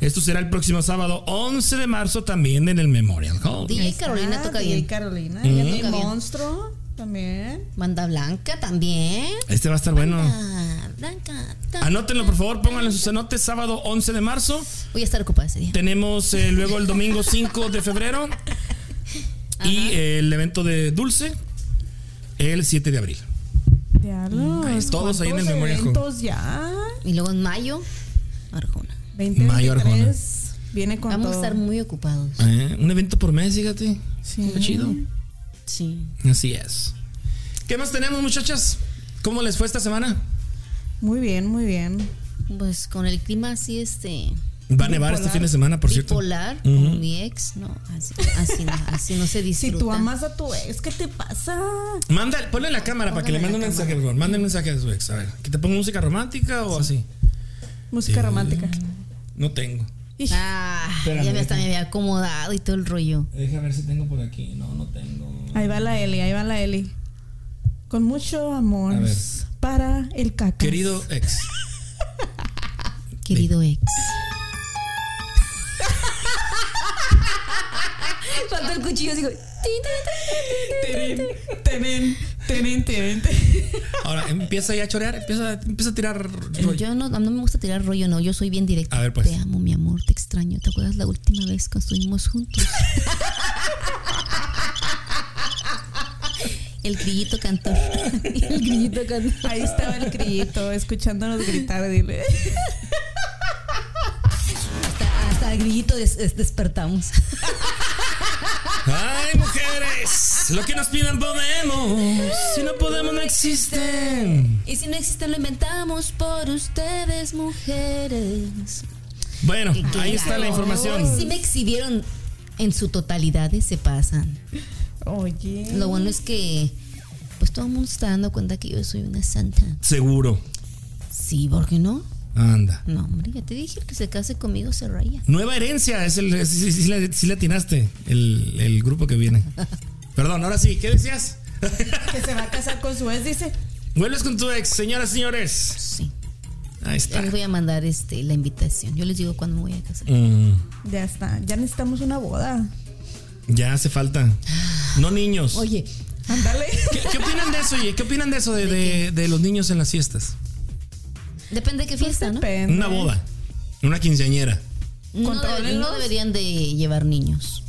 Esto será el próximo sábado 11 de marzo también en el Memorial Hall. DJ Carolina toca DJ bien. Carolina. Mm. Y a Toca DJ bien. Monstruo también. Banda Blanca también. Este va a estar bueno. Ah, Blanca. ta- Anótenlo, por favor, pónganlo en sus anotes. Sábado 11 de marzo. Voy a estar ocupada ese día. Tenemos eh, luego el domingo 5 de febrero y eh, el evento de Dulce el 7 de abril. Diablos. Mm, Ahí, todos ahí en el Ah, ¿cuántos Memorial Hall. eventos ya. Y luego en mayo, Arjona. 2023 viene con Vamos a todo. estar muy ocupados. Eh, un evento por mes, fíjate. Sí. Qué chido. Sí. Así es. ¿Qué más tenemos, muchachas? ¿Cómo les fue esta semana? Muy bien, muy bien. Pues con el clima así, este. Va a nevar este fin de semana, por cierto. bipolar, como mi ex, no. Así, así no, así no se Si disfruta. tú amas a tu ex, ¿qué te pasa? Manda, ponle la cámara para que le mande un mensaje, por favor. Mande un mensaje a su ex. A ver, que te ponga música romántica o así. Música romántica. No tengo. Ah, Espérame, ya me- hasta déjame. me había acomodado y todo el rollo. Deja ver si tengo por aquí. No, no tengo. Ahí va la Eli, ahí va la Eli. Con mucho amor A ver. para el caca. Querido ex. Querido ex. Falta el cuchillo, así como, tin, tin, tin, tin, tin, tin. Tenen, tenen, tenen. Ahora empieza ya a chorear, empieza, empieza a tirar rollo. Yo no, no me gusta tirar rollo, no. Yo soy bien directa. A ver, pues. Te amo, mi amor, te extraño. ¿Te acuerdas la última vez que estuvimos juntos? El grillito cantor. El grillito cantor. Ahí estaba el crillito, escuchándonos gritar, dile. Hasta, hasta el grillito des- des- despertamos. ¡Ay, mujeres! Lo que nos pidan podemos. Si no podemos, no existen. Y si no existe, lo inventamos por ustedes, mujeres. Bueno, Qué ahí está la gacho. información. Sí me exhibieron en su totalidad, eh, se pasan. Oye. Lo bueno es que pues todo el mundo está dando cuenta que yo soy una santa. Seguro. Sí, ¿por qué no? Anda. No, hombre, ya te dije el que se case conmigo se raya. Nueva herencia, es el. es- Sí, sí, sí la- sí la atinaste, el, el grupo que viene. Perdón, ahora sí, ¿qué decías? Que se va a casar con su ex, dice. Vuelves con tu ex, señoras y señores. Sí. Ahí Ya está. les voy a mandar este la invitación. Yo les digo cuándo me voy a casar. Mm, Ya está, ya necesitamos una boda. ya hace falta. No niños. Oye, Ándale. ¿Qué, qué opinan de eso, oye? ¿Qué opinan de eso de, de- de los niños en las fiestas? depende de qué fiesta, ¿no? Depende. Una boda, una quinceañera. No, debe- no Contrólenlos. deberían de llevar niños.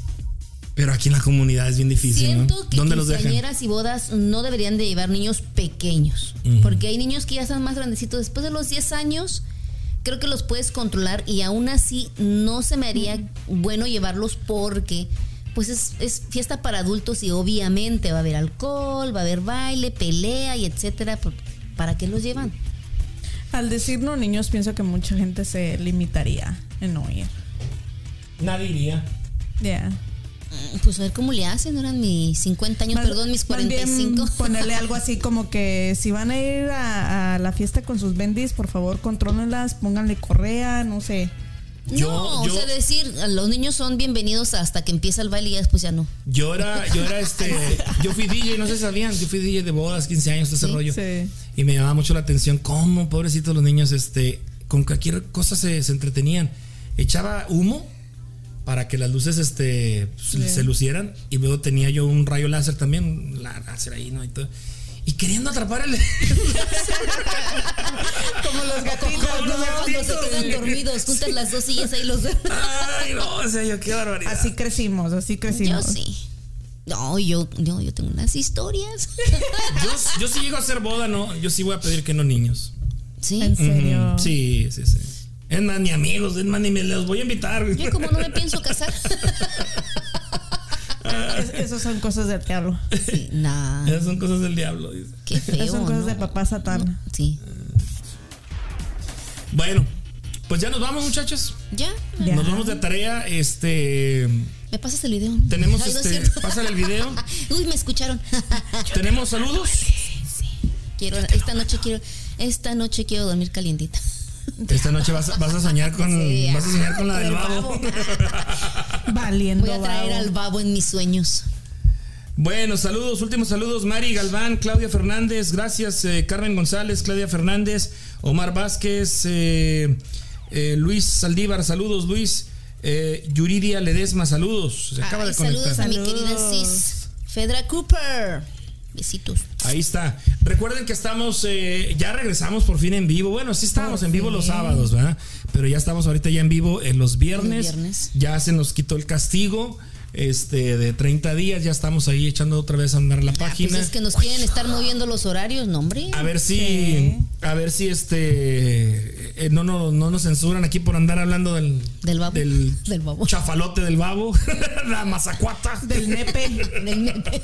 Pero aquí en la comunidad es bien difícil, Siento ¿no? que ¿Dónde los dejan? quinceañeras y bodas no deberían de llevar niños pequeños, porque hay niños que ya están más grandecitos. Después de los 10 años, creo que los puedes controlar y aún así no se me haría bueno llevarlos porque pues es, es fiesta para adultos y obviamente va a haber alcohol, va a haber baile, pelea y etcétera. Por- ¿Para qué los llevan? Al decir no niños, pienso que mucha gente se limitaría en no ir. Nadie iría. Ya. Mm, Pues a ver cómo le hacen, no eran mis 50 años, Más- perdón, mis más bien 45. Ponerle algo así como que si van a ir a, a la fiesta con sus bendis, por favor, contrólenlas, pónganle correa, no sé. Yo- no, yo- o sea, decir, los niños son bienvenidos hasta que empieza el baile y ya después ya no. Yo era, yo era este, yo fui DJ, no se sabían, yo fui DJ de bodas, 15 años, todo ese rollo. sí. Y me llamaba mucho la atención cómo, pobrecitos los niños, este, con cualquier cosa se, se entretenían. echaba humo para que las luces este, pues, se lucieran. Y luego tenía yo un rayo láser también, un la- láser ahí, ¿no? Y, todo. y queriendo atrapar el. Como los gatitos, Como los ¿no? Cuando se gatitos. quedan dormidos, juntas las dos sillas ahí los Ay, no, o sea, yo qué barbaridad. Así crecimos, así Yo crecimos. sí. No, yo, yo, yo tengo unas historias. Yo, yo sí llego a hacer boda, ¿no? Yo sí voy a pedir que no niños. Sí. En serio. Ujú, Sí, sí, sí. Es más, ni amigos, es más, ni me los voy a invitar. Yo como no me pienso casar. Es- Esas son cosas del diablo. Sí, nah, Esas son cosas del diablo, dice. qué feo. Esas son cosas ¿no? de papá satán. Sí. Bueno, pues ya nos vamos, muchachos. ¿Ya? Ya. Nos vamos de tarea. Este. ¿Me pasas el video? Tenemos Ay, no es este. cierto. pásale el video. Uy, me escucharon. Tenemos saludos. Quiero, esta noche quiero, esta noche quiero dormir calientita. Esta noche vas, a- vas a soñar con. Sí, vas a soñar con la ah, del el babo. Valiendo. Voy a traer babo. al babo en mis sueños. Bueno, saludos, últimos saludos. Mari Galván, Claudia Fernández, gracias. eh, Carmen González, Claudia Fernández, Omar Vázquez, eh, eh, Luis Saldívar, saludos, Luis. Eh, Yuridia Ledesma, saludos. Se acaba Ay, de conectar. saludos a mi querida Cis. Fedra Cooper. Besitos. Ahí está. Recuerden que estamos, eh, ya regresamos por fin en vivo. Bueno, sí estábamos en vivo los sábados, ¿verdad? Pero ya estamos ahorita ya en vivo en los viernes. Los viernes. Ya se nos quitó el castigo este de 30 días. Ya estamos ahí echando otra vez a andar la Ah, pues página. es que nos quieren estar moviendo los horarios, no hombre. A ver si, a ver si este eh, no, no, no nos censuran aquí por andar hablando del, Del babo. del Del babo. chafalote del babo, la mazacuata. Del nepe. Del nepe.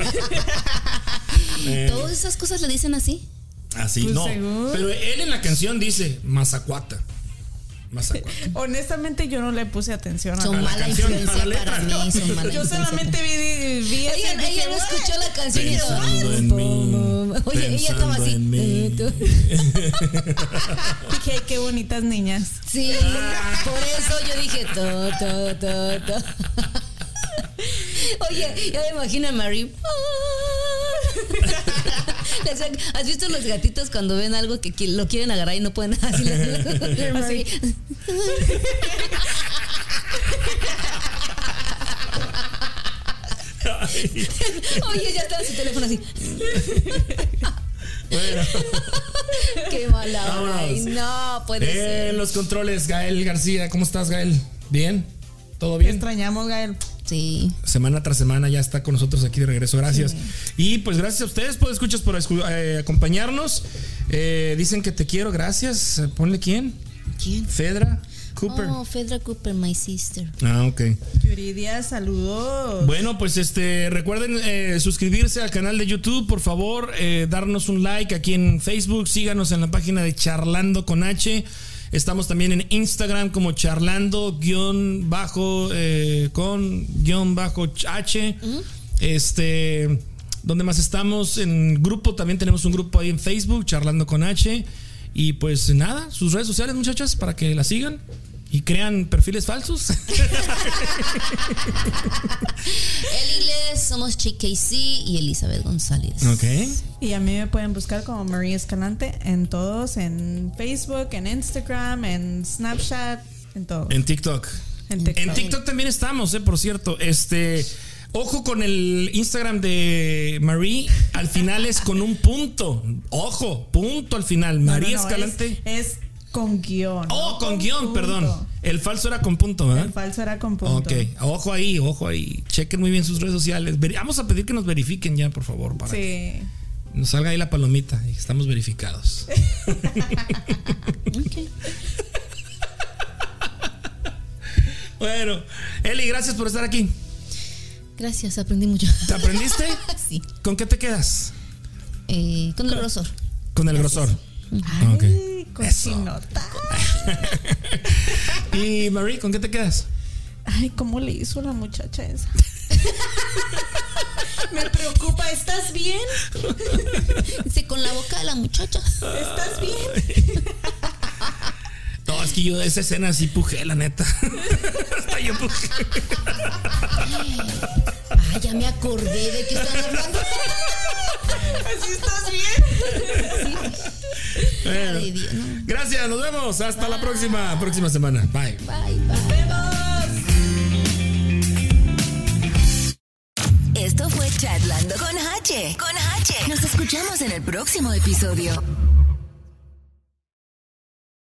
Eh. Todas esas cosas le dicen así. Así Pues no. según. Pero él en la canción dice mazacuata. Mazacuata. Honestamente, yo no le puse atención a Son la la- mala canción, a la influencia letra. para mí. Son mala Yo influencia. solamente vi, vi eso y Oigan, dije, ella no "What?". escuchó la canción y Pensando en mí, Oye, ella estaba pensando así. en mí. eh, tú. Dije, "Ay, qué bonitas niñas. Sí, Ah. por eso yo dije to, to, to, to. Oye, ya me imagino a Marie. Le hacían- ¿Has visto los gatitos cuando ven algo que qui- lo quieren agarrar y no pueden así? le- así. Oye, ya está en su teléfono así. Bueno, Qué mala. Vámonos. Ay, no, puede ser. en los controles, Gael García, ¿cómo estás, Gael? ¿Bien? ¿Todo bien? Extrañamos, Gael. Sí. semana tras semana ya está con nosotros aquí de regreso. Gracias. Y pues gracias a ustedes, por escuchas, por escu- eh, acompañarnos. Eh, dicen que te quiero, gracias. Eh, Ponle quién. ¿Quién? Fedra Cooper. Oh, Fedra Cooper, my sister. Ah, ok. Yuridia, saludos. Bueno, pues este recuerden eh, suscribirse al canal de YouTube, por favor, eh, darnos un like aquí en Facebook, síganos en la página de Charlando con H. Estamos también en Instagram como charlando guión bajo eh, con guión bajo H. Este, donde más estamos en grupo, también tenemos un grupo ahí en Facebook, charlando con H. Y pues nada, sus redes sociales muchachas para que la sigan y crean perfiles falsos. El Inglés, somos Chick KC y Elizabeth González. Y a mí me pueden buscar como María Escalante en todos, en Facebook, en Instagram, en Snapchat, en todo. En TikTok. En TikTok. En TikTok también estamos, eh, por cierto. Este. Ojo con el Instagram de Marie. Al final es con un punto. Ojo, punto al final. No, no, María no, Escalante. Es, es con guión. oh, no con guión, punto. perdón. El falso era con punto, ¿verdad? El falso era con punto. Ok, ojo ahí, ojo ahí. Chequen muy bien sus redes sociales. Veri- Vamos a pedir que nos verifiquen ya, por favor, para que Sí. nos salga ahí la palomita y que estamos verificados. Ok. bueno, Eli, gracias por estar aquí. Gracias, aprendí mucho. ¿Te aprendiste? Sí. ¿Con qué te quedas? Eh, con el grosor. Con el grosor. Ah, Ay, Ok. cochinota. Y Marie, ¿con qué te quedas? Ay, ¿cómo le hizo la muchacha esa? Me preocupa, ¿estás bien? Dice, con la boca de la muchacha. ¿Estás bien? No, es que yo de esa escena sí pujé, la neta. Hasta yo pujé. Ah, ya me acordé de que están hablando. Así estás bien. Bueno. Ay, Dios, no. Gracias, nos vemos. Hasta la próxima, próxima semana. Bye. Bye, bye. Esto fue Chatlando con H. Con H. Nos escuchamos en el próximo episodio.